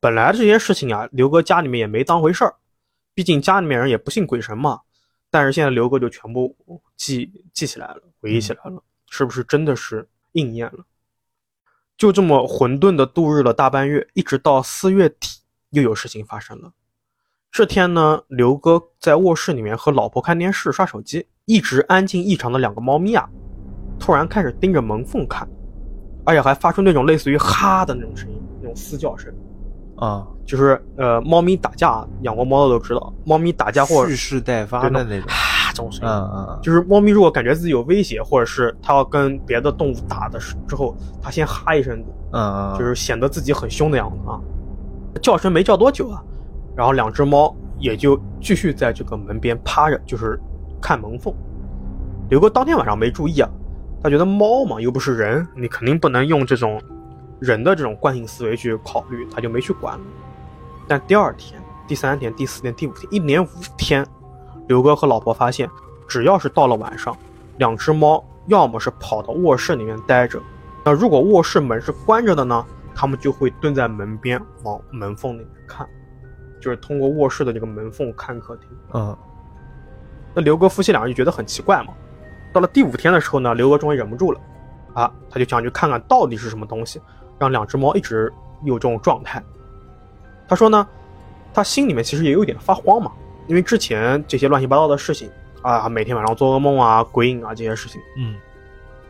[SPEAKER 1] 本来这些事情啊，刘哥家里面也没当回事儿，毕竟家里面人也不信鬼神嘛。但是现在刘哥就全部记记起来了，回忆起来了，是不是真的是应验了？就这么混沌的度日了大半月，一直到四月底，又有事情发生了。这天呢，刘哥在卧室里面和老婆看电视、刷手机，一直安静异常的两个猫咪啊，突然开始盯着门缝看。而且还发出那种类似于哈的那种声音，那种嘶叫声，
[SPEAKER 2] 啊，
[SPEAKER 1] 就是呃，猫咪打架，养过猫的都知道，猫咪打架或者
[SPEAKER 2] 蓄势待发
[SPEAKER 1] 对
[SPEAKER 2] 的
[SPEAKER 1] 那
[SPEAKER 2] 那种，
[SPEAKER 1] 哈这种声
[SPEAKER 2] 嗯
[SPEAKER 1] 音，
[SPEAKER 2] 嗯，嗯
[SPEAKER 1] 就是猫咪如果感觉自己有威胁，或者是它要跟别的动物打的时之后，它先哈一声，
[SPEAKER 2] 嗯嗯，
[SPEAKER 1] 就是显得自己很凶的样子啊。叫声没叫多久啊，然后两只猫也就继续在这个门边趴着，就是看门缝。刘哥当天晚上没注意啊，他觉得猫嘛又不是人，你肯定不能用这种人的这种惯性思维去考虑，他就没去管。但第二天、第三天、第四天、第五天，一连五天，刘哥和老婆发现，只要是到了晚上，两只猫要么是跑到卧室里面待着，那如果卧室门是关着的呢，它们就会蹲在门边往门缝里面看，就是通过卧室的这个门缝看客厅。
[SPEAKER 2] 嗯
[SPEAKER 1] 那刘哥夫妻俩就觉得很奇怪嘛。到了第五天的时候呢，刘哥终于忍不住了，啊，他就想去看看到底是什么东西，让两只猫一直有这种状态。他说呢，他心里面其实也有点发慌嘛，因为之前这些乱七八糟的事情啊，每天晚上做噩梦啊、鬼影啊这些事情，
[SPEAKER 2] 嗯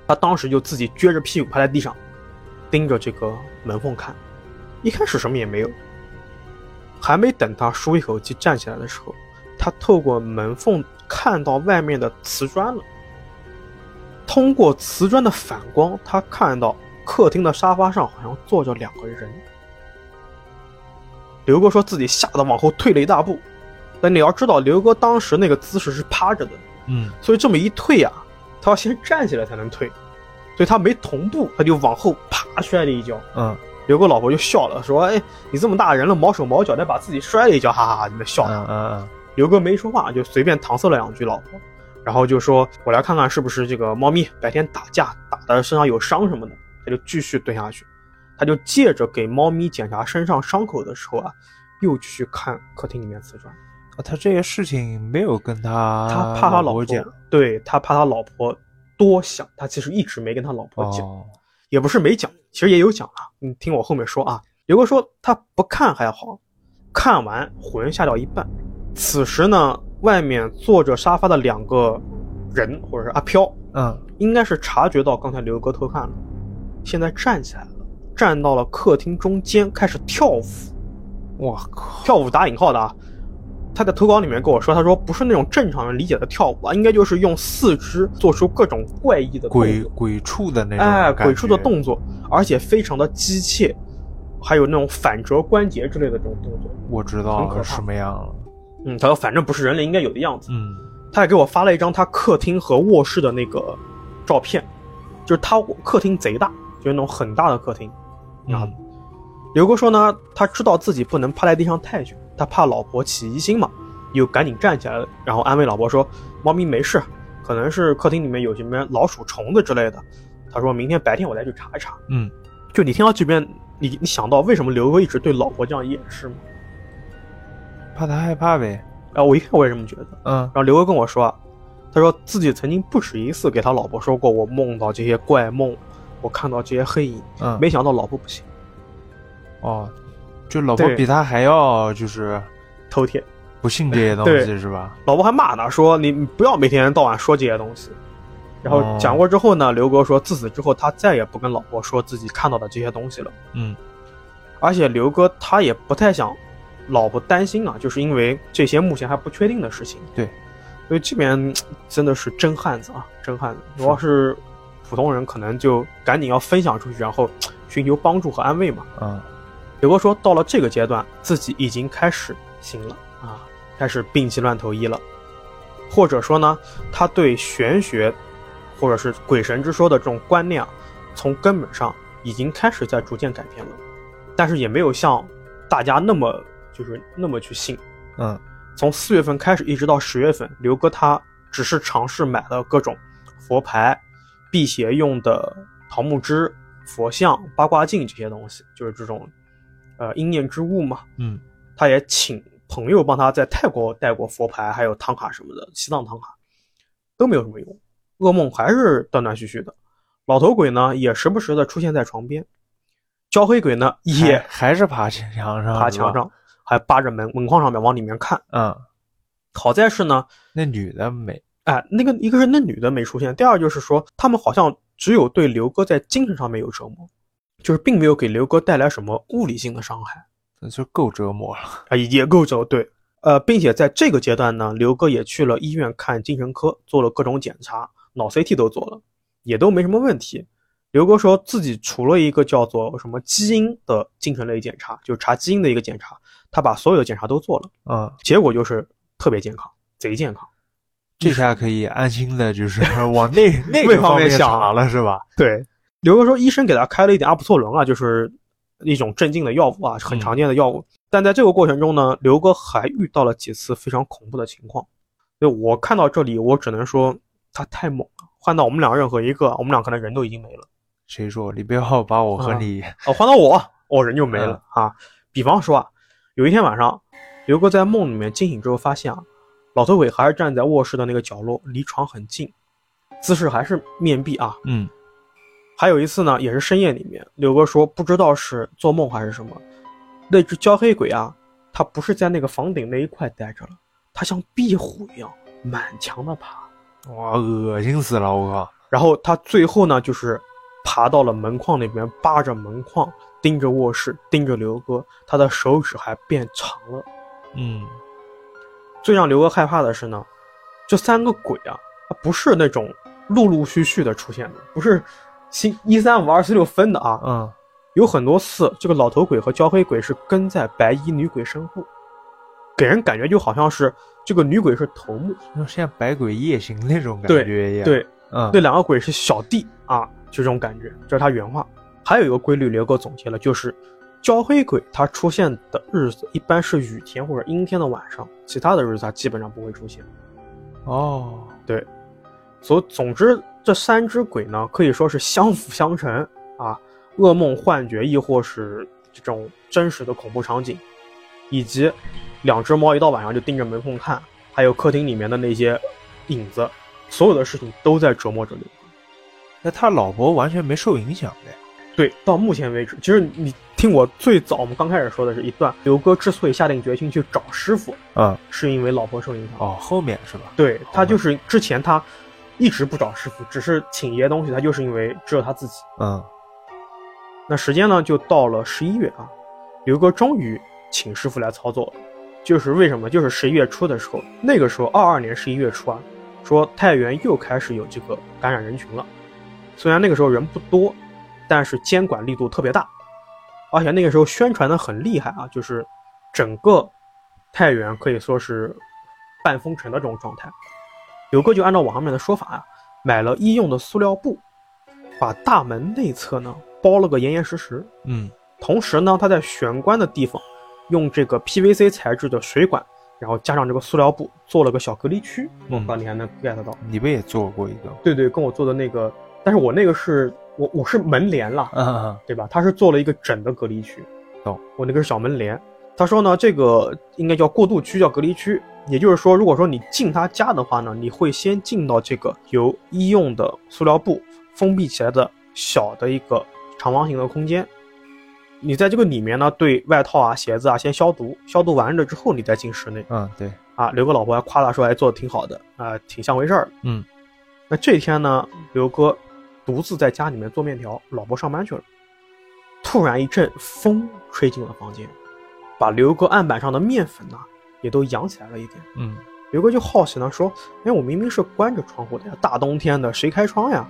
[SPEAKER 1] 他当时就自己撅着屁股趴在地上，盯着这个门缝看。一开始什么也没有，还没等他舒一口气站起来的时候，他透过门缝看到外面的瓷砖了。通过瓷砖的反光，他看到客厅的沙发上好像坐着两个人。刘哥说自己吓得往后退了一大步，但你要知道，刘哥当时那个姿势是趴着的，
[SPEAKER 2] 嗯
[SPEAKER 1] 所以这么一退呀、他要先站起来才能退，所以他没同步，他就往后啪摔了一跤。
[SPEAKER 2] 嗯
[SPEAKER 1] 刘哥老婆就笑了，说：“哎，你这么大人了，毛手毛脚的把自己摔了一跤，哈哈哈！”你们笑。
[SPEAKER 2] 嗯嗯
[SPEAKER 1] 刘哥没说话，就随便搪塞了两句老婆，然后就说：“我来看看是不是这个猫咪白天打架打的身上有伤什么的。”他就继续蹲下去，他就借着给猫咪检查身上伤口的时候啊，又去看客厅里面瓷砖。
[SPEAKER 2] 啊他这些事情没有跟他
[SPEAKER 1] 他怕他老
[SPEAKER 2] 啊婆讲，
[SPEAKER 1] 对他怕他老婆多想，他其实一直没跟他老婆讲，
[SPEAKER 2] 哦，
[SPEAKER 1] 也不是没讲，其实也有讲啊。你听我后面说啊，刘哥说他不看还好，看完魂吓到一半，此时呢，外面坐着沙发的两个人或者是阿飘，
[SPEAKER 2] 嗯
[SPEAKER 1] 应该是察觉到刚才刘哥偷看了，现在站起来了，站到了客厅中间开始跳舞。
[SPEAKER 2] 我靠，
[SPEAKER 1] 跳舞打引号的啊。他在投稿里面跟我说，他说不是那种正常人理解的跳舞啊，应该就是用四肢做出各种怪异的动
[SPEAKER 2] 鬼
[SPEAKER 1] 作，
[SPEAKER 2] 鬼畜的那种
[SPEAKER 1] 哎，
[SPEAKER 2] 感觉，
[SPEAKER 1] 鬼畜的动作，而且非常的机械，还有那种反折关节之类的这种动作。
[SPEAKER 2] 我知
[SPEAKER 1] 很可
[SPEAKER 2] 道
[SPEAKER 1] 怕
[SPEAKER 2] 什么样了，
[SPEAKER 1] 嗯，他说反正不是人类应该有的样子。
[SPEAKER 2] 嗯
[SPEAKER 1] 他还给我发了一张他客厅和卧室的那个照片，就是他客厅贼大，就是那种很大的客厅。啊
[SPEAKER 2] 嗯
[SPEAKER 1] 刘哥说呢，他知道自己不能趴在地上太久，他怕老婆起疑心嘛，又赶紧站起来了，然后安慰老婆说：“猫咪没事，可能是客厅里面有什么老鼠、虫子之类的。”他说明天白天我再去查一查。
[SPEAKER 2] 嗯
[SPEAKER 1] 就你听到这边，你你想到为什么刘哥一直对老婆这样掩饰吗？
[SPEAKER 2] 怕他害怕呗，
[SPEAKER 1] 哎、我一看我也这么觉得。
[SPEAKER 2] 嗯
[SPEAKER 1] 然后刘哥跟我说啊，他说自己曾经不止一次给他老婆说过，我梦到这些怪梦，我看到这些黑影，
[SPEAKER 2] 嗯
[SPEAKER 1] 没想到老婆不信，
[SPEAKER 2] 哦，就老婆
[SPEAKER 1] 对
[SPEAKER 2] 比他还要就是
[SPEAKER 1] 头 铁。
[SPEAKER 2] 不信这些东西
[SPEAKER 1] 对
[SPEAKER 2] 是吧？
[SPEAKER 1] 老婆还骂他说：“你你不要每天到晚说这些东西。”然后
[SPEAKER 2] 哦
[SPEAKER 1] 讲过之后呢，刘哥说，自此之后他再也不跟老婆说自己看到的这些东西了。
[SPEAKER 2] 嗯
[SPEAKER 1] 而且刘哥他也不太想老婆担心啊，就是因为这些目前还不确定的事情。
[SPEAKER 2] 对，
[SPEAKER 1] 所以这边嗯真的是真汉子啊，真汉子。
[SPEAKER 2] 是
[SPEAKER 1] 如果是普通人，可能就赶紧要分享出去，然后嗯寻求帮助和安慰嘛。
[SPEAKER 2] 嗯
[SPEAKER 1] 刘哥说，到了这个阶段，自己已经开始行了啊，开始病急乱投医了，或者说呢，他对玄学或者是鬼神之说的这种观念，啊，从根本上已经开始在逐渐改变了，但是也没有像大家那么就是那么去信。
[SPEAKER 2] 嗯
[SPEAKER 1] 从四月份开始一直到十月份，刘哥他只是尝试买了各种佛牌、辟邪用的桃木枝、佛像、八卦镜这些东西，就是这种呃阴念之物嘛。
[SPEAKER 2] 嗯，
[SPEAKER 1] 他也请朋友帮他在泰国带过佛牌，还有唐卡什么的，西藏唐卡都没有什么用，噩梦还是断断续续的。老头鬼呢，也时不时的出现在床边，焦黑鬼呢也
[SPEAKER 2] 还还是爬墙上，
[SPEAKER 1] 爬
[SPEAKER 2] 是
[SPEAKER 1] 墙
[SPEAKER 2] 吧。
[SPEAKER 1] 上，还扒着门门框上面往里面看。
[SPEAKER 2] 嗯，
[SPEAKER 1] 好在是呢，
[SPEAKER 2] 那女的没，
[SPEAKER 1] 哎，那个一个是那女的没出现，第二就是说他们好像只有对刘哥在精神上面有折磨，就是并没有给刘哥带来什么物理性的伤害
[SPEAKER 2] 那就够折磨了。
[SPEAKER 1] 啊，也够轴对。呃，并且在这个阶段呢，刘哥也去了医院看精神科，做了各种检查，脑 CT 都做了，也都没什么问题。刘哥说自己除了一个叫做什么基因的精神类检查，就是查基因的一个检查，他把所有的检查都做了。
[SPEAKER 2] 嗯，
[SPEAKER 1] 结果就是特别健康，贼健康。
[SPEAKER 2] 这下可以安心 的，就是往那那
[SPEAKER 1] 那
[SPEAKER 2] 个
[SPEAKER 1] 方面
[SPEAKER 2] 面
[SPEAKER 1] 想
[SPEAKER 2] 查了，是吧？
[SPEAKER 1] 对，刘哥说医生给他开了一点阿布唑仑啊，就是一种镇静的药物啊，很常见的药物。但在这个过程中呢，刘哥还遇到了几次非常恐怖的情况。所以我看到这里，我只能说他太猛了。换到我们俩任何一个，我们俩可能人都已经没了。
[SPEAKER 2] 谁说你不要把我和你
[SPEAKER 1] 哦，换到我，我人就没了、啊。比方说啊，有一天晚上，刘哥在梦里面惊醒之后，发现啊，老头鬼还是站在卧室的那个角落，离床很近，姿势还是面壁啊，
[SPEAKER 2] 嗯
[SPEAKER 1] 还有一次呢，也是深夜里面，刘哥说不知道是做梦还是什么，那只焦黑鬼啊，它不是在那个房顶那一块待着了，它像壁虎一样满墙的爬，
[SPEAKER 2] 哇，恶心死了！我靠，
[SPEAKER 1] 然后它最后呢就是爬到了门框那边，扒着门框，盯着卧室，盯着刘哥，他的手指还变长了。
[SPEAKER 2] 嗯，
[SPEAKER 1] 最让刘哥害怕的是呢，这三个鬼啊，它不是那种陆陆续续的出现的，不是新一三五二四六分的啊，
[SPEAKER 2] 嗯，
[SPEAKER 1] 有很多次，这个老头鬼和焦黑鬼是跟在白衣女鬼身后，给人感觉就好像是这个女鬼是头目，
[SPEAKER 2] 就像百鬼夜行那种感
[SPEAKER 1] 对
[SPEAKER 2] 觉一样。，
[SPEAKER 1] 对，
[SPEAKER 2] 嗯，
[SPEAKER 1] 那，两个鬼是小弟啊，就这种感觉，这是他原话。还有一个规律，刘哥总结了，就是焦黑鬼它出现的日子一般是雨天或者阴天的晚上，其他的日子它基本上不会出现。
[SPEAKER 2] 哦，
[SPEAKER 1] 所总之，这三只鬼呢，可以说是相辅相成啊，噩梦、幻觉，亦或是这种真实的恐怖场景，以及两只猫一到晚上就盯着门缝看，还有客厅里面的那些影子，所有的事情都在折磨着刘哥。
[SPEAKER 2] 那他老婆完全没受影响的。
[SPEAKER 1] 对，到目前为止，其实你听我最早我们刚开始说的是一段，刘哥之所以下定决心去找师傅，
[SPEAKER 2] 嗯，
[SPEAKER 1] 是因为老婆受影响。
[SPEAKER 2] 哦，后面是吧？
[SPEAKER 1] 对他
[SPEAKER 2] 好吧
[SPEAKER 1] 就是之前他一直不找师傅，只是请一些东西，他就是因为只有他自己。
[SPEAKER 2] 嗯，
[SPEAKER 1] 那时间呢就到了十一月啊，刘哥终于请师傅来操作了。就是为什么？就是十一月初的时候，那个时候二二年十一月初啊，说太原又开始有这个感染人群了。虽然那个时候人不多，但是监管力度特别大，而且那个时候宣传的很厉害啊，就是整个太原可以说是半封城的这种状态。刘哥就按照网上面的说法啊，买了医用的塑料布，把大门内侧呢包了个严严实实，
[SPEAKER 2] 嗯，
[SPEAKER 1] 同时呢，它在玄关的地方用这个 PVC 材质的水管，然后加上这个塑料布做了个小隔离区。我
[SPEAKER 2] 嗯
[SPEAKER 1] 靠，你还能 get 到？
[SPEAKER 2] 你不也做过一个吗？
[SPEAKER 1] 对对，跟我做的那个，但是我那个是我我是门帘了，
[SPEAKER 2] 嗯，
[SPEAKER 1] 对吧？它是做了一个整的隔离区。
[SPEAKER 2] 懂
[SPEAKER 1] 我那个是小门帘。他说呢，这个应该叫过渡区，叫隔离区。也就是说，如果说你进他家的话呢，你会先进到这个由医用的塑料布封闭起来的小的一个长方形的空间。你在这个里面呢，对外套啊、鞋子啊先消毒，消毒完了之后你再进室内。
[SPEAKER 2] 嗯，对，
[SPEAKER 1] 啊，刘哥老婆还夸他说，哎，做的挺好的，啊、挺像回事儿。
[SPEAKER 2] 嗯，
[SPEAKER 1] 那这天呢，刘哥独自在家里面做面条，老婆上班去了。突然一阵风吹进了房间，把刘哥案板上的面粉呢、也都扬起来了一点。
[SPEAKER 2] 嗯，
[SPEAKER 1] 刘哥就好奇呢，说：“哎，我明明是关着窗户的呀，大冬天的谁开窗呀？”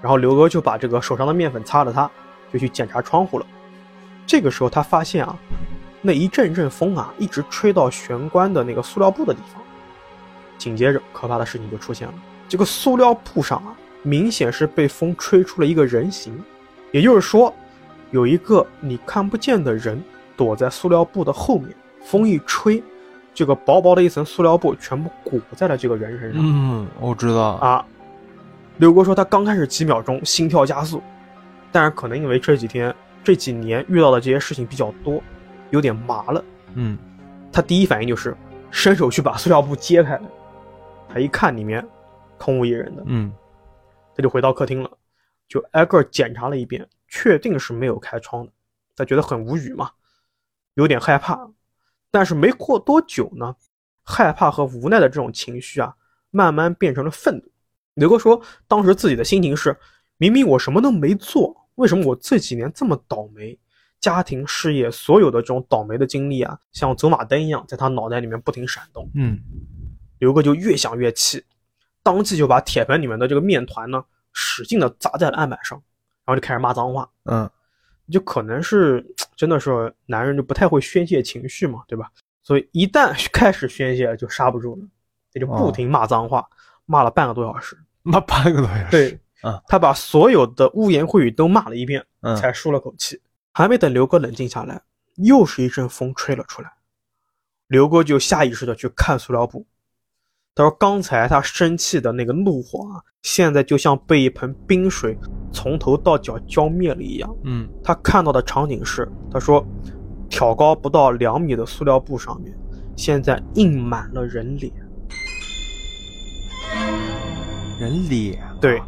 [SPEAKER 1] 然后刘哥就把这个手上的面粉擦了擦，就去检查窗户了。这个时候他发现啊，那一阵阵风啊，一直吹到玄关的那个塑料布的地方。紧接着，可怕的事情就出现了，这个塑料布上啊，明显是被风吹出了一个人形，也就是说，有一个你看不见的人躲在塑料布的后面，风一吹，这个薄薄的一层塑料布全部裹在了这个人身上、
[SPEAKER 2] 嗯嗯，我知道。
[SPEAKER 1] 啊。刘哥说他刚开始几秒钟心跳加速，但是可能因为这几天这几年遇到的这些事情比较多，有点麻了。
[SPEAKER 2] 嗯，
[SPEAKER 1] 他第一反应就是伸手去把塑料布揭开来，他一看里面空无一人的，
[SPEAKER 2] 嗯，
[SPEAKER 1] 他就回到客厅了，就挨个检查了一遍，确定是没有开窗的。他觉得很无语嘛，有点害怕，但是没过多久呢，害怕和无奈的这种情绪啊，慢慢变成了愤怒。刘哥说，当时自己的心情是：明明我什么都没做，为什么我这几年这么倒霉？家庭、事业，所有的这种倒霉的经历啊，像走马灯一样，在他脑袋里面不停闪动。
[SPEAKER 2] 嗯，
[SPEAKER 1] 刘哥就越想越气，当即就把铁盆里面的这个面团呢，使劲的砸在了案板上，然后就开始骂脏话。
[SPEAKER 2] 嗯，
[SPEAKER 1] 就可能是真的是男人就不太会宣泄情绪嘛，对吧？所以一旦 开始宣泄就刹不住了，也就不停骂脏话，骂了半个多小时。
[SPEAKER 2] 妈半个多小 时。
[SPEAKER 1] 对，
[SPEAKER 2] 啊
[SPEAKER 1] 他把所有的污言秽语都骂了一遍，
[SPEAKER 2] 嗯，
[SPEAKER 1] 才舒了口气。还没等刘哥冷静下来，又是一阵风吹了出来。刘哥就下意识的去看塑料布，他说刚才他生气的那个怒火啊，现在就像被一盆冰水从头到脚浇灭了一样。
[SPEAKER 2] 嗯
[SPEAKER 1] 他看到的场景是，他说，挑高不到两米的塑料布上面，现在印满了人脸，
[SPEAKER 2] 人脸啊。
[SPEAKER 1] 对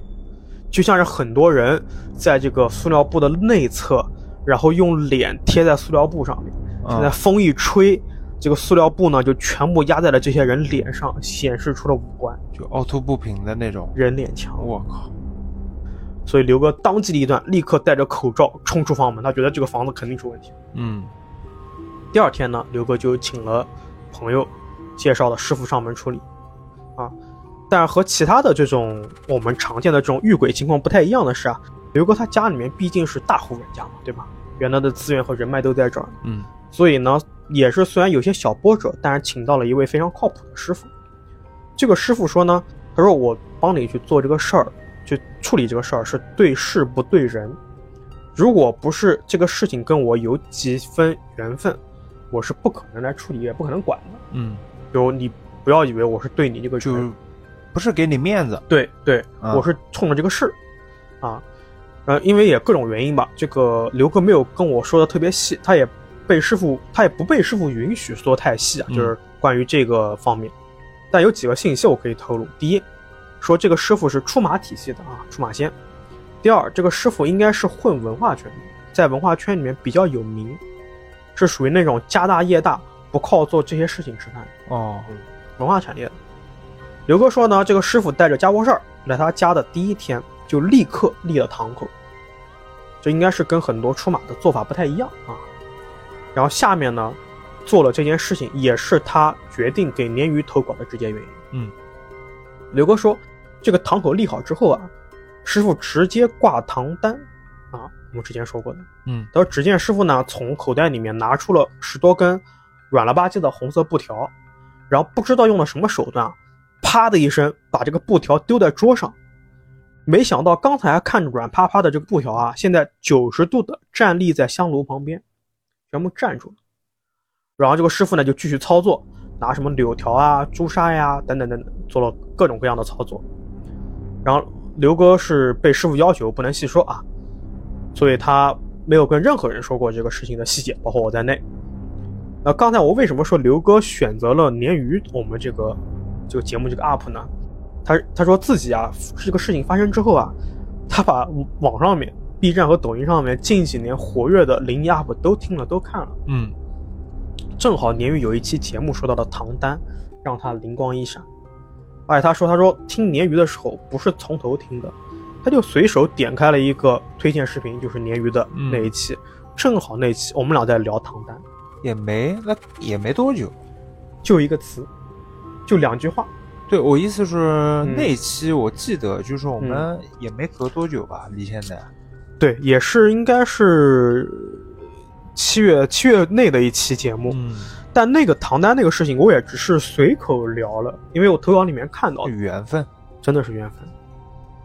[SPEAKER 1] 就像是很多人在这个塑料布的内侧，然后用脸贴在塑料布上面。现在
[SPEAKER 2] 嗯
[SPEAKER 1] 风一吹，这个塑料布呢就全部压在了这些人脸上，显示出了五官，
[SPEAKER 2] 就凹凸不平的那种。
[SPEAKER 1] 人脸墙。
[SPEAKER 2] 我靠，
[SPEAKER 1] 所以刘哥当机立断，立刻戴着口罩冲出房门，他觉得这个房子肯定出问题。
[SPEAKER 2] 嗯
[SPEAKER 1] 第二天呢，刘哥就请了朋友介绍的师傅上门处理，啊，但和其他的这种我们常见的这种遇鬼情况不太一样的是啊，刘哥他家里面毕竟是大户人家嘛，对吧？原来的资源和人脉都在这儿，
[SPEAKER 2] 嗯
[SPEAKER 1] 所以呢，也是虽然有些小波折，但是请到了一位非常靠谱的师傅。这个师傅说呢，他说我帮你去做这个事儿，去处理这个事儿是对事不对人。如果不是这个事情跟我有几分缘分，我是不可能来处理，也不可能管的。
[SPEAKER 2] 嗯，
[SPEAKER 1] 就你不要以为我是对你这个
[SPEAKER 2] 就
[SPEAKER 1] 人，
[SPEAKER 2] 是不是给你面子。
[SPEAKER 1] 对对，
[SPEAKER 2] 啊
[SPEAKER 1] 我是冲着这个事儿啊，呃，因为也各种原因吧，这个刘哥没有跟我说的特别细，他也被师傅，他也不被师傅允许说太细啊，
[SPEAKER 2] 嗯
[SPEAKER 1] 就是关于这个方面。但有几个信息我可以透露：第一，说这个师傅是出马体系的啊，出马仙；第二，这个师傅应该是混文化圈的，在文化圈里面比较有名，是属于那种家大业大，不靠做这些事情吃饭的。
[SPEAKER 2] 哦，
[SPEAKER 1] 文化产业的。刘哥说呢，这个师傅带着家伙事儿来他家的第一天，就立刻立了堂口，这应该是跟很多出马的做法不太一样啊。然后下面呢，做了这件事情，也是他决定给鲶鱼投稿的直接原因。
[SPEAKER 2] 嗯，
[SPEAKER 1] 刘哥说，这个堂口立好之后啊，师傅直接挂堂单啊，我们之前说过的。
[SPEAKER 2] 嗯
[SPEAKER 1] 他说，只见师傅呢从口袋里面拿出了十多根软了吧唧的红色布条，然后不知道用了什么手段，啊啪的一声把这个布条丢在桌上。没想到刚才看着软趴趴的这个布条啊，现在九十度的站立在香炉旁边，全部站住了。然后这个师傅呢就继续操作，拿什么柳条啊、朱砂呀、等等等等，做了各种各样的操作。然后刘哥是被师傅要求不能细说啊，所以他没有跟任何人说过这个事情的细节，包括我在内。呃，刚才我为什么说刘哥选择了鲶鱼我们这个这个节目这个 UP 呢？他他说自己啊，这个事情发生之后啊，他把网上面 B 站和抖音上面近几年活跃的灵异 UP 都听了都看了。
[SPEAKER 2] 嗯
[SPEAKER 1] 正好鲶鱼有一期节目说到了唐丹，让他灵光一闪。而且他说，他说听鲶鱼的时候不是从头听的，他就随手点开了一个推荐视频，就是鲶鱼的那一期，正好那期我们俩在聊唐丹，
[SPEAKER 2] 也没那也没多久。
[SPEAKER 1] 就一个词，就两句话，
[SPEAKER 2] 对我意思是、
[SPEAKER 1] 嗯
[SPEAKER 2] 那期我记得就是我们也没隔多久吧，离现在。
[SPEAKER 1] 对，也是应该是七月七月内的一期节目，
[SPEAKER 2] 嗯，
[SPEAKER 1] 但那个唐丹那个事情，我也只是随口聊了，因为我投稿里面看到的，
[SPEAKER 2] 哦缘分。
[SPEAKER 1] 真的是缘分。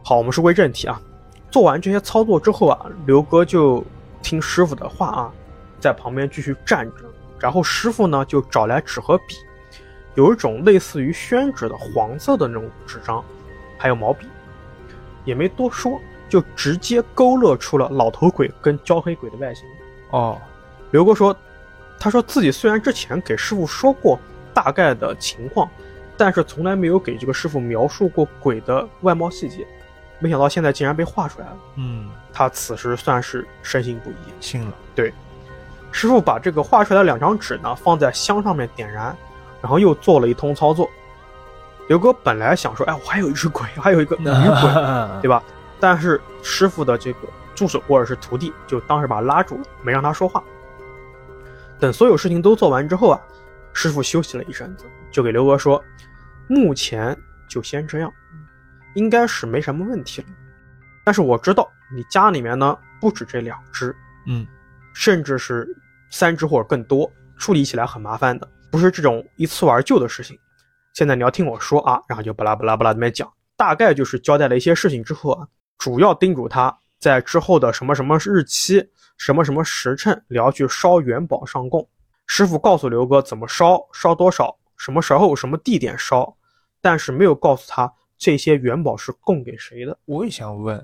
[SPEAKER 1] 好，我们说回正题啊。做完这些操作之后啊，刘哥就听师傅的话啊，在旁边继续站着。然后师傅呢就找来纸和笔，有一种类似于宣纸的黄色的那种纸张，还有毛笔。也没多说，就直接勾勒出了老头鬼跟焦黑鬼的外形。
[SPEAKER 2] 哦，
[SPEAKER 1] 刘哥说，他说自己虽然之前给师傅说过大概的情况，但是从来没有给这个师傅描述过鬼的外貌细节，没想到现在竟然被画出来了。
[SPEAKER 2] 嗯，
[SPEAKER 1] 他此时算是深信不疑。
[SPEAKER 2] 信了，
[SPEAKER 1] 师傅把这个画出来的两张纸呢放在香上面点燃，然后又做了一通操作。刘哥本来想说，哎，我还有一只鬼，还有一个女鬼，对
[SPEAKER 2] 对
[SPEAKER 1] 吧？但是师傅的这个助手或者是徒弟就当时把他拉住了，没让他说话。等所有事情都做完之后啊，师傅休息了一阵子，就给刘哥说：“目前就先这样，应该是没什么问题了。但是我知道你家里面呢不止这两只，
[SPEAKER 2] 嗯，
[SPEAKER 1] 甚至是三只或者更多，处理起来很麻烦的，不是这种一蹴而就的事情。现在你要听我说啊，然后就巴拉巴拉巴拉那边讲，大概就是交代了一些事情之后啊，主要叮嘱他在之后的什么什么日期、什么什么时辰，你要去烧元宝上供。师傅告诉刘哥怎么烧，烧多少，什么时候、什么地点烧，但是没有告诉他这些元宝是供给谁的，
[SPEAKER 2] 我也想问，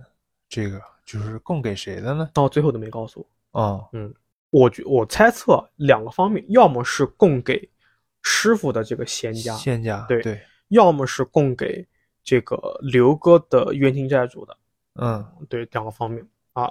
[SPEAKER 2] 这个就是供给谁的呢？
[SPEAKER 1] 到最后都没告诉我。
[SPEAKER 2] 哦，
[SPEAKER 1] 我觉我猜测两个方面，要么是供给师傅的这个仙家，
[SPEAKER 2] 现价，
[SPEAKER 1] 对
[SPEAKER 2] 对，
[SPEAKER 1] 要么是供给这个刘哥的冤亲债主的，
[SPEAKER 2] 嗯，
[SPEAKER 1] 对，两个方面啊。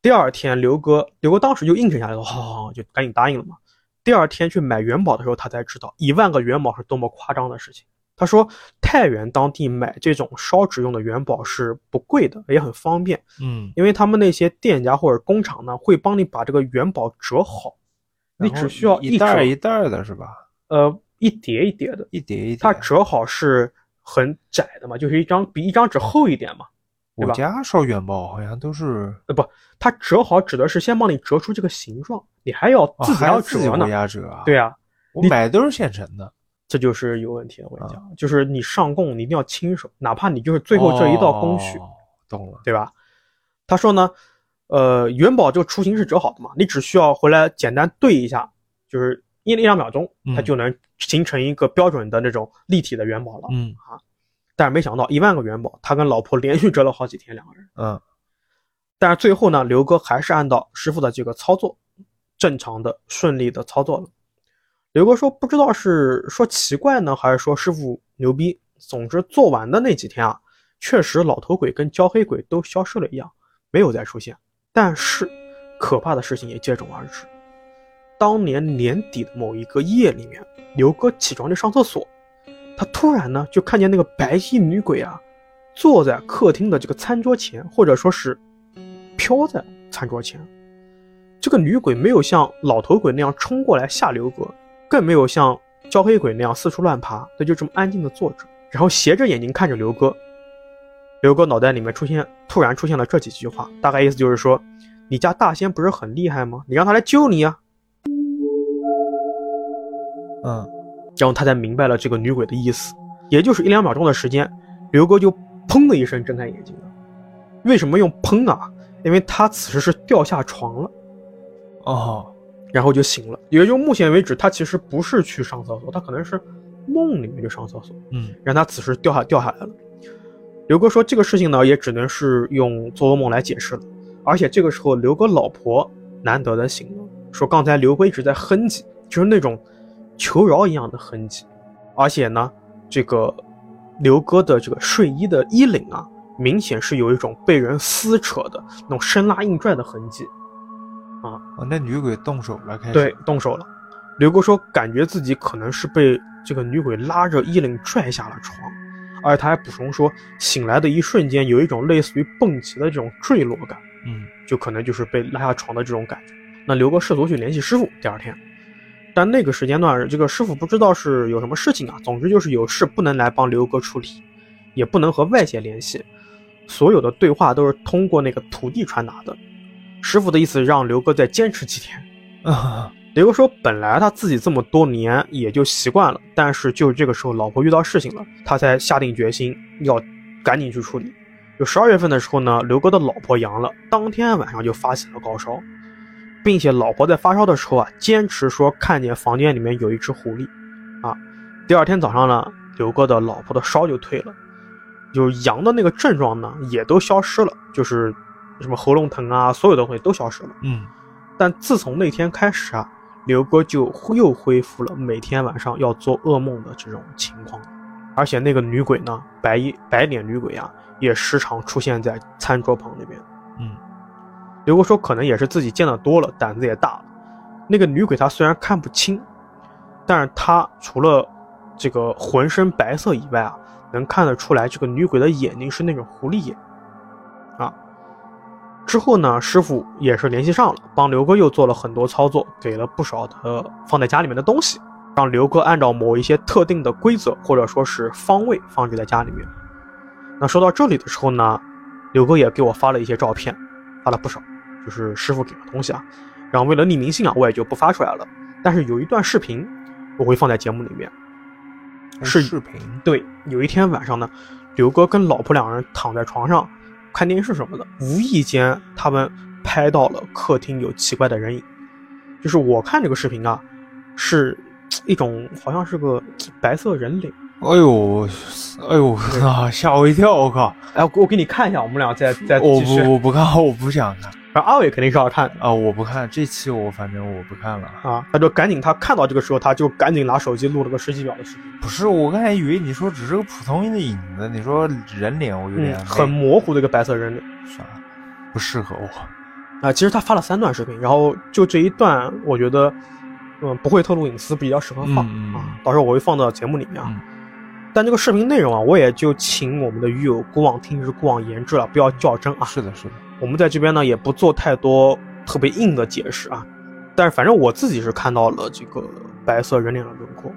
[SPEAKER 1] 第二天，刘哥刘哥当时就应承下来了，好好好，就赶紧答应了嘛。第二天去买元宝的时候，他才知道一万个元宝是多么夸张的事情。他说，太原当地买这种烧纸用的元宝是不贵的，也很方便。
[SPEAKER 2] 嗯，
[SPEAKER 1] 因为他们那些店家或者工厂呢，会帮你把这个元宝折好，你
[SPEAKER 2] 然后
[SPEAKER 1] 只需要
[SPEAKER 2] 一
[SPEAKER 1] 折
[SPEAKER 2] 袋儿一袋儿的是吧？
[SPEAKER 1] 呃一叠一叠的，
[SPEAKER 2] 一叠一叠。
[SPEAKER 1] 它折好是很窄的嘛，就是一张比一张纸厚一点嘛。对
[SPEAKER 2] 我
[SPEAKER 1] 吧
[SPEAKER 2] 家烧元宝好像都是
[SPEAKER 1] 它折好指的是先帮你折出这个形状，你还要
[SPEAKER 2] 哦
[SPEAKER 1] 自己
[SPEAKER 2] 还
[SPEAKER 1] 还要
[SPEAKER 2] 自己
[SPEAKER 1] 折呢
[SPEAKER 2] 回。家折啊？
[SPEAKER 1] 对，啊，
[SPEAKER 2] 我买的都是现成的。
[SPEAKER 1] 这就是有问题的。我跟你
[SPEAKER 2] 啊
[SPEAKER 1] 讲，就是你上供你一定要亲手，哪怕你就是最后这一道工序，
[SPEAKER 2] 哦，懂了。
[SPEAKER 1] 对吧？他说呢，呃，元宝这个雏形是折好的嘛，你只需要回来简单对一下，就是一一两秒钟，它
[SPEAKER 2] 嗯
[SPEAKER 1] 就能形成一个标准的那种立体的元宝了。
[SPEAKER 2] 嗯
[SPEAKER 1] 但是没想到一万个元宝，他跟老婆连续折了好几天，两个人。
[SPEAKER 2] 嗯
[SPEAKER 1] 但是最后呢，刘哥还是按照师傅的这个操作，正常的顺利的操作了。刘哥说不知道是说奇怪呢，还是说师傅牛逼。总之做完的那几天啊，确实老头鬼跟焦黑鬼都消失了一样，没有再出现。但是可怕的事情也接踵而至。当年年底的某一个夜里面，刘哥起床去上厕所，他突然呢就看见那个白衣女鬼啊，坐在客厅的这个餐桌前，或者说是飘在餐桌前。这个女鬼没有像老头鬼那样冲过来吓刘哥，更没有像焦黑鬼那样四处乱爬，她就这么安静的坐着，然后斜着眼睛看着刘哥。刘哥脑袋里面出现突然出现了这几句话，大概意思就是说：“你家大仙不是很厉害吗？你让他来救你啊！”
[SPEAKER 2] 嗯，
[SPEAKER 1] 然后他才明白了这个女鬼的意思。也就是一两秒钟的时间，刘哥就砰的一声睁开眼睛了。为什么用砰啊？因为他此时是掉下床了，
[SPEAKER 2] 哦，
[SPEAKER 1] 然后就醒了。也就目前为止，他其实不是去上厕所，他可能是梦里面去上厕所，
[SPEAKER 2] 嗯
[SPEAKER 1] 让他此时掉下掉下来了。刘哥说这个事情呢，也只能是用做噩梦来解释了。而且这个时候，刘哥老婆难得的醒了，说刚才刘哥一直在哼唧，就是那种求饶一样的哼唧。而且呢，这个刘哥的这个睡衣的衣领啊，明显是有一种被人撕扯的那种生拉硬拽的痕迹。
[SPEAKER 2] 哦，那女鬼动手了，开始。
[SPEAKER 1] 对，，动手了。刘哥说，感觉自己可能是被这个女鬼拉着衣领拽下了床，而他还补充说，醒来的一瞬间有一种类似于蹦极的这种坠落感，
[SPEAKER 2] 嗯
[SPEAKER 1] 就可能就是被拉下床的这种感觉。那刘哥试图去联系师傅，第二天，但那个时间段，这个师傅不知道是有什么事情啊，总之就是有事不能来帮刘哥处理，也不能和外界联系，所有的对话都是通过那个徒弟传达的。师傅的意思让刘哥再坚持几天。
[SPEAKER 2] 啊，
[SPEAKER 1] 刘哥说，本来他自己这么多年也就习惯了，但是就这个时候老婆遇到事情了，他才下定决心要赶紧去处理。就十二月份的时候呢，刘哥的老婆阳了，当天晚上就发起了高烧，并且老婆在发烧的时候啊，坚持说看见房间里面有一只狐狸，啊，第二天早上呢，刘哥的老婆的烧就退了，有阳的那个症状呢也都消失了，就是什么喉咙疼啊，所有的东西都消失了。
[SPEAKER 2] 嗯，
[SPEAKER 1] 但自从那天开始啊，刘哥就又恢复了每天晚上要做噩梦的这种情况，而且那个女鬼呢，白衣白脸女鬼啊，也时常出现在餐桌旁那边。
[SPEAKER 2] 嗯，
[SPEAKER 1] 刘哥说可能也是自己见得多了，胆子也大了。那个女鬼她虽然看不清，但是她除了这个浑身白色以外啊，能看得出来这个女鬼的眼睛是那种狐狸眼啊。之后呢，师傅也是联系上了，帮刘哥又做了很多操作，给了不少的放在家里面的东西，让刘哥按照某一些特定的规则或者说是方位放置在家里面。那说到这里的时候呢，刘哥也给我发了一些照片，发了不少，就是师傅给的东西啊。然后为了匿名性啊，我也就不发出来了。但是有一段视频，我会放在节目里面。是
[SPEAKER 2] 视频，
[SPEAKER 1] 对，有一天晚上呢，刘哥跟老婆两人躺在床上看电视什么的，无意间他们拍到了客厅有奇怪的人影。就是我看这个视频啊，是一种好像是个白色人脸。
[SPEAKER 2] 哎呦，哎呦 啊，吓我一跳！我靠，
[SPEAKER 1] 哎，我我给你看一下，我们俩再再
[SPEAKER 2] 我
[SPEAKER 1] 哎继续。
[SPEAKER 2] 不我不看， 我不想看
[SPEAKER 1] 然后阿伟肯定是要看的
[SPEAKER 2] 啊！我不看这期，我反正我不看了。
[SPEAKER 1] 啊，他就赶紧他看到这个时候，他就赶紧拿手机录了个十几秒的视频，
[SPEAKER 2] 不是，我刚才以为你说只是个普通的影子，你说人脸，我有
[SPEAKER 1] 嗯
[SPEAKER 2] 点、，
[SPEAKER 1] 很模糊的一个白色人脸。
[SPEAKER 2] 啥，不适合我。
[SPEAKER 1] 啊，其实他发了三段视频，然后就这一段，我觉得，嗯，不会透露隐私，比较适合放、
[SPEAKER 2] 嗯嗯
[SPEAKER 1] 啊，到时候我会放到节目里面啊。
[SPEAKER 2] 嗯
[SPEAKER 1] 但这个视频内容啊，我也就请我们的鱼友姑妄听之，姑妄言之了，不要较真啊。
[SPEAKER 2] 是的，是的，
[SPEAKER 1] 我们在这边呢，也不做太多特别硬的解释啊。但是反正我自己是看到了这个白色人脸的轮廓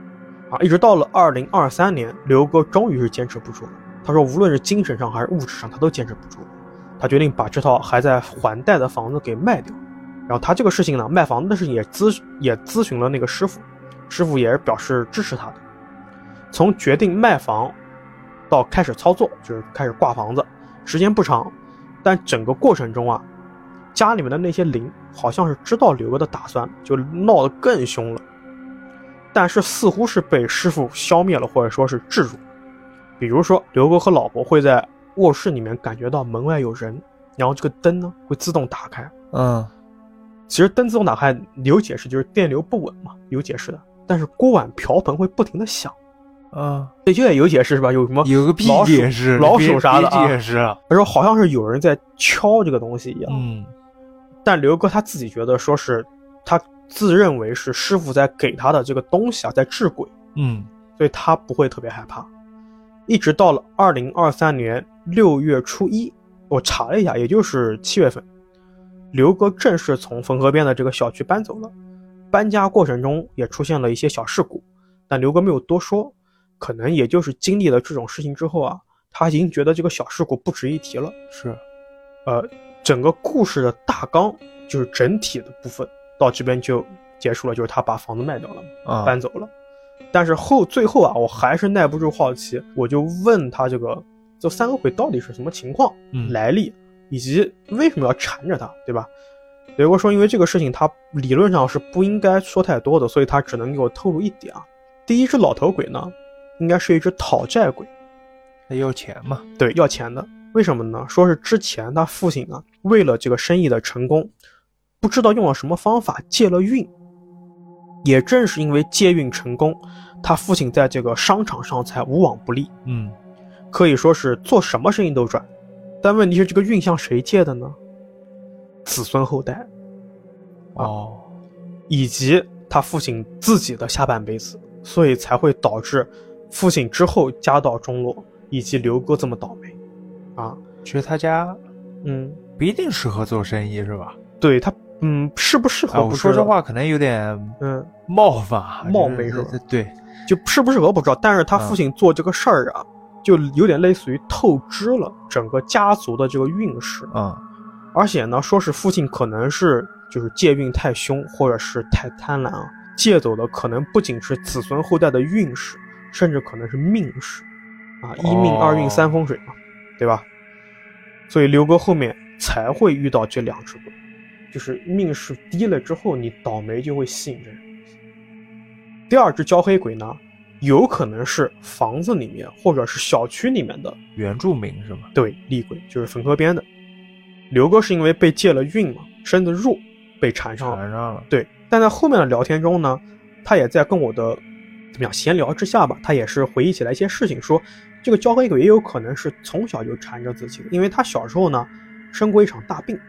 [SPEAKER 1] 啊，一直到了二零二三年，刘哥终于是坚持不住了。他说，无论是精神上还是物质上，他都坚持不住了。他决定把这套还在还贷的房子给卖掉。然后他这个事情呢，卖房子的事情也咨也咨询了那个师傅，师傅也是表示支持他的。从决定卖房到开始操作，就是开始挂房子，时间不长，但整个过程中啊，家里面的那些灵好像是知道刘哥的打算，就闹得更凶了。但是似乎是被师傅消灭了，或者说是制住。比如说，刘哥和老婆会在卧室里面感觉到门外有人，然后这个灯呢会自动打开。
[SPEAKER 2] 嗯，
[SPEAKER 1] 其实灯自动打开，有解释就是电流不稳嘛，有解释的。但是锅碗瓢盆会不停的响，
[SPEAKER 2] 嗯，
[SPEAKER 1] 这这也有解释是吧？有什么？
[SPEAKER 2] 有个屁
[SPEAKER 1] 老鼠
[SPEAKER 2] 解释，
[SPEAKER 1] 老
[SPEAKER 2] 别
[SPEAKER 1] 鼠啥的啊
[SPEAKER 2] 别解释了。
[SPEAKER 1] 他说好像是有人在敲这个东西一样。
[SPEAKER 2] 嗯，
[SPEAKER 1] 但刘哥他自己觉得说是他自认为是师傅在给他的这个东西啊在治鬼，
[SPEAKER 2] 嗯，
[SPEAKER 1] 所以他不会特别害怕。一直到了二零二三年六月初一，我查了一下，也就是七月份，刘哥正式从汾河边的这个小区搬走了。搬家过程中也出现了一些小事故，但刘哥没有多说，可能也就是经历了这种事情之后啊，他已经觉得这个小事故不值一提了。
[SPEAKER 2] 是，
[SPEAKER 1] 呃，整个故事的大纲就是整体的部分到这边就结束了，就是他把房子卖掉了嘛，
[SPEAKER 2] 啊，
[SPEAKER 1] 搬走了。但是后最后啊，我还是耐不住好奇，我就问他这个这三个鬼到底是什么情况、
[SPEAKER 2] 嗯
[SPEAKER 1] 来历，以及为什么要缠着他，对吧？刘国说，因为这个事情他理论上是不应该说太多的，所以他只能给我透露一点啊。第一只老头鬼呢，应该是一只讨债鬼，
[SPEAKER 2] 他要钱嘛。
[SPEAKER 1] 对，要钱的。为什么呢？说是之前他父亲啊，为了这个生意的成功，不知道用了什么方法借了运。也正是因为借运成功，他父亲在这个商场上才无往不利，
[SPEAKER 2] 嗯，
[SPEAKER 1] 可以说是做什么生意都赚。但问题是，这个运向谁借的呢？子孙后代啊
[SPEAKER 2] 哦，
[SPEAKER 1] 以及他父亲自己的下半辈子，所以才会导致父亲之后家道中落，以及刘哥这么倒霉。啊，
[SPEAKER 2] 其实他家
[SPEAKER 1] 嗯，
[SPEAKER 2] 不一定适合做生意，是吧？
[SPEAKER 1] 对他，嗯，适不适合
[SPEAKER 2] 啊，
[SPEAKER 1] 不
[SPEAKER 2] 我
[SPEAKER 1] 知
[SPEAKER 2] 说这
[SPEAKER 1] 道，
[SPEAKER 2] 话可能有点
[SPEAKER 1] 嗯，
[SPEAKER 2] 冒犯啊，
[SPEAKER 1] 冒
[SPEAKER 2] 就
[SPEAKER 1] 昧是吧
[SPEAKER 2] 这对，
[SPEAKER 1] 就适不适合不知道，但是他父
[SPEAKER 2] 嗯
[SPEAKER 1] 亲做这个事儿啊，就有点类似于透支了整个家族的这个运势，
[SPEAKER 2] 嗯
[SPEAKER 1] 而且呢，说是父亲可能是就是借运太凶，或者是太贪婪啊，借走的可能不仅是子孙后代的运势，甚至可能是命势，啊，一命二运
[SPEAKER 2] 哦
[SPEAKER 1] 三风水嘛，对吧？所以刘哥后面才会遇到这两只鬼，就是命数低了之后，你倒霉就会吸引人。第二只焦黑鬼呢，有可能是房子里面或者是小区里面的，
[SPEAKER 2] 原住民是吗？
[SPEAKER 1] 对，厉鬼就是坟河边的。刘哥是因为被借了运嘛，身子弱，被缠上了。
[SPEAKER 2] 缠上了，
[SPEAKER 1] 对，但在后面的聊天中呢，他也在跟我的怎么样闲聊之下吧，他也是回忆起来一些事情说，这个焦黑鬼也有可能是从小就缠着自己的，因为他小时候呢生过一场大病，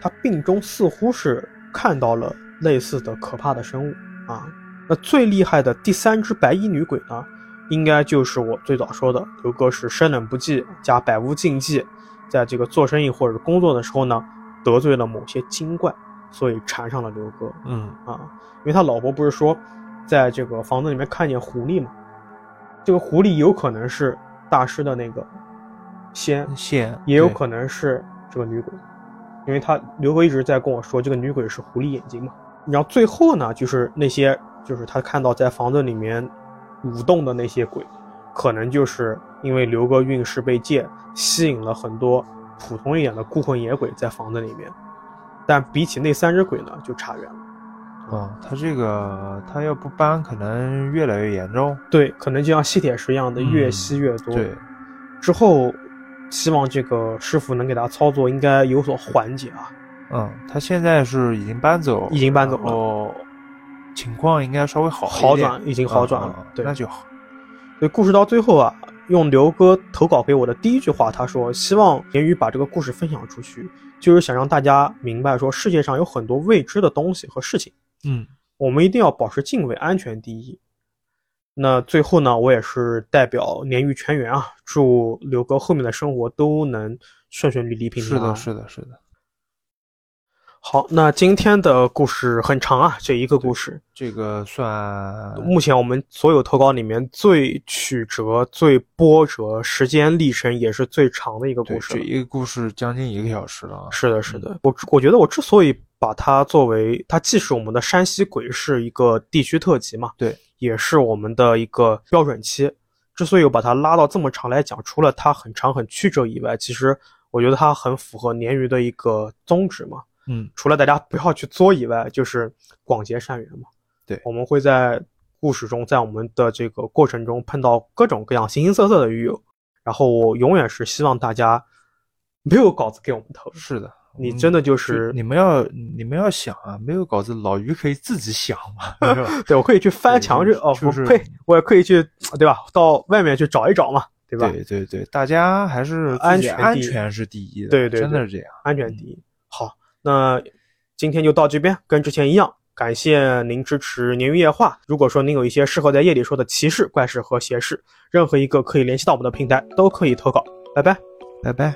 [SPEAKER 1] 他病中似乎是看到了类似的可怕的生物啊。那最厉害的第三只白衣女鬼呢，应该就是我最早说的刘哥是生冷不忌加百无禁忌，在这个做生意或者工作的时候呢，得罪了某些精怪，所以缠上了刘哥。
[SPEAKER 2] 嗯，
[SPEAKER 1] 啊，因为他老婆不是说，在这个房子里面看见狐狸嘛，这个狐狸有可能是大师的那个仙，
[SPEAKER 2] 线
[SPEAKER 1] 也有可能是这个女鬼，因为他刘哥一直在跟我说这个女鬼是狐狸眼睛嘛。然后最后呢，就是那些就是他看到在房子里面舞动的那些鬼，可能就是因为刘哥运势被借，吸引了很多普通一点的孤魂野鬼在房子里面。但比起那三只鬼呢，就差远了。
[SPEAKER 2] 对啊，他这个他要不搬，可能越来越严重。
[SPEAKER 1] 对，可能就像吸铁石一样的，越吸越多。
[SPEAKER 2] 对，
[SPEAKER 1] 之后希望这个师傅能给他操作，应该有所缓解啊。
[SPEAKER 2] 嗯，他现在是已经搬走，
[SPEAKER 1] 已经搬走了
[SPEAKER 2] 哦，情况应该稍微好
[SPEAKER 1] 好
[SPEAKER 2] 一点
[SPEAKER 1] 转已经好转了
[SPEAKER 2] 嗯嗯嗯
[SPEAKER 1] 对
[SPEAKER 2] 那就好。
[SPEAKER 1] 所以故事到最后啊，用刘哥投稿给我的第一句话，他说：“希望言语把这个故事分享出去，就是想让大家明白，说世界上有很多未知的东西和事情，
[SPEAKER 2] 嗯，
[SPEAKER 1] 我们一定要保持敬畏，安全第一。”那最后呢，我也是代表鲶鱼全员啊，祝刘哥后面的生活都能顺顺利利、平平
[SPEAKER 2] 是
[SPEAKER 1] 安安。
[SPEAKER 2] 的，是的，是的，
[SPEAKER 1] 好，那今天的故事很长啊，这一个故事，
[SPEAKER 2] 这个算
[SPEAKER 1] 目前我们所有投稿里面最曲折、最波折，时间历程也是最长的一个
[SPEAKER 2] 对
[SPEAKER 1] 故事
[SPEAKER 2] 这
[SPEAKER 1] 了。
[SPEAKER 2] 一个故事将近一个小时了啊。
[SPEAKER 1] 是的，是的，我我觉得我之所以把它作为它既是我们的山西鬼市一个地区特辑嘛，
[SPEAKER 2] 对，
[SPEAKER 1] 也是我们的一个标准期。之所以我把它拉到这么长来讲，除了它很长很曲折以外，其实我觉得它很符合鲶鱼的一个宗旨嘛。
[SPEAKER 2] 嗯，
[SPEAKER 1] 除了大家不要去作以外，就是广结善缘嘛。
[SPEAKER 2] 对
[SPEAKER 1] 我们会在故事中，在我们的这个过程中碰到各种各样形形色色的鱼友，然后我永远是希望大家没有稿子给我们投，
[SPEAKER 2] 是的，
[SPEAKER 1] 你
[SPEAKER 2] 嗯
[SPEAKER 1] 真的就
[SPEAKER 2] 就是你们要你们要想啊，没有稿子，老于可以自己想嘛， 对吧？
[SPEAKER 1] 对我可以去翻
[SPEAKER 2] 对
[SPEAKER 1] 墙去
[SPEAKER 2] 就
[SPEAKER 1] 哦，
[SPEAKER 2] 就
[SPEAKER 1] 我
[SPEAKER 2] 是
[SPEAKER 1] 呸，我也可以去对吧？到外面去找一找嘛，对吧？
[SPEAKER 2] 对对对，大家还是
[SPEAKER 1] 安
[SPEAKER 2] 自己
[SPEAKER 1] 全
[SPEAKER 2] 安
[SPEAKER 1] 第一
[SPEAKER 2] 全是第一的，
[SPEAKER 1] 对对
[SPEAKER 2] 真的
[SPEAKER 1] 对
[SPEAKER 2] 是这样。
[SPEAKER 1] 安全第一。好，那今天就到这边，跟之前一样，感谢您支持鲶鱼夜话。如果说您有一些适合在夜里说的奇事、怪事和邪事，任何一个可以联系到我们的平台都可以投稿。拜拜。
[SPEAKER 2] 拜拜。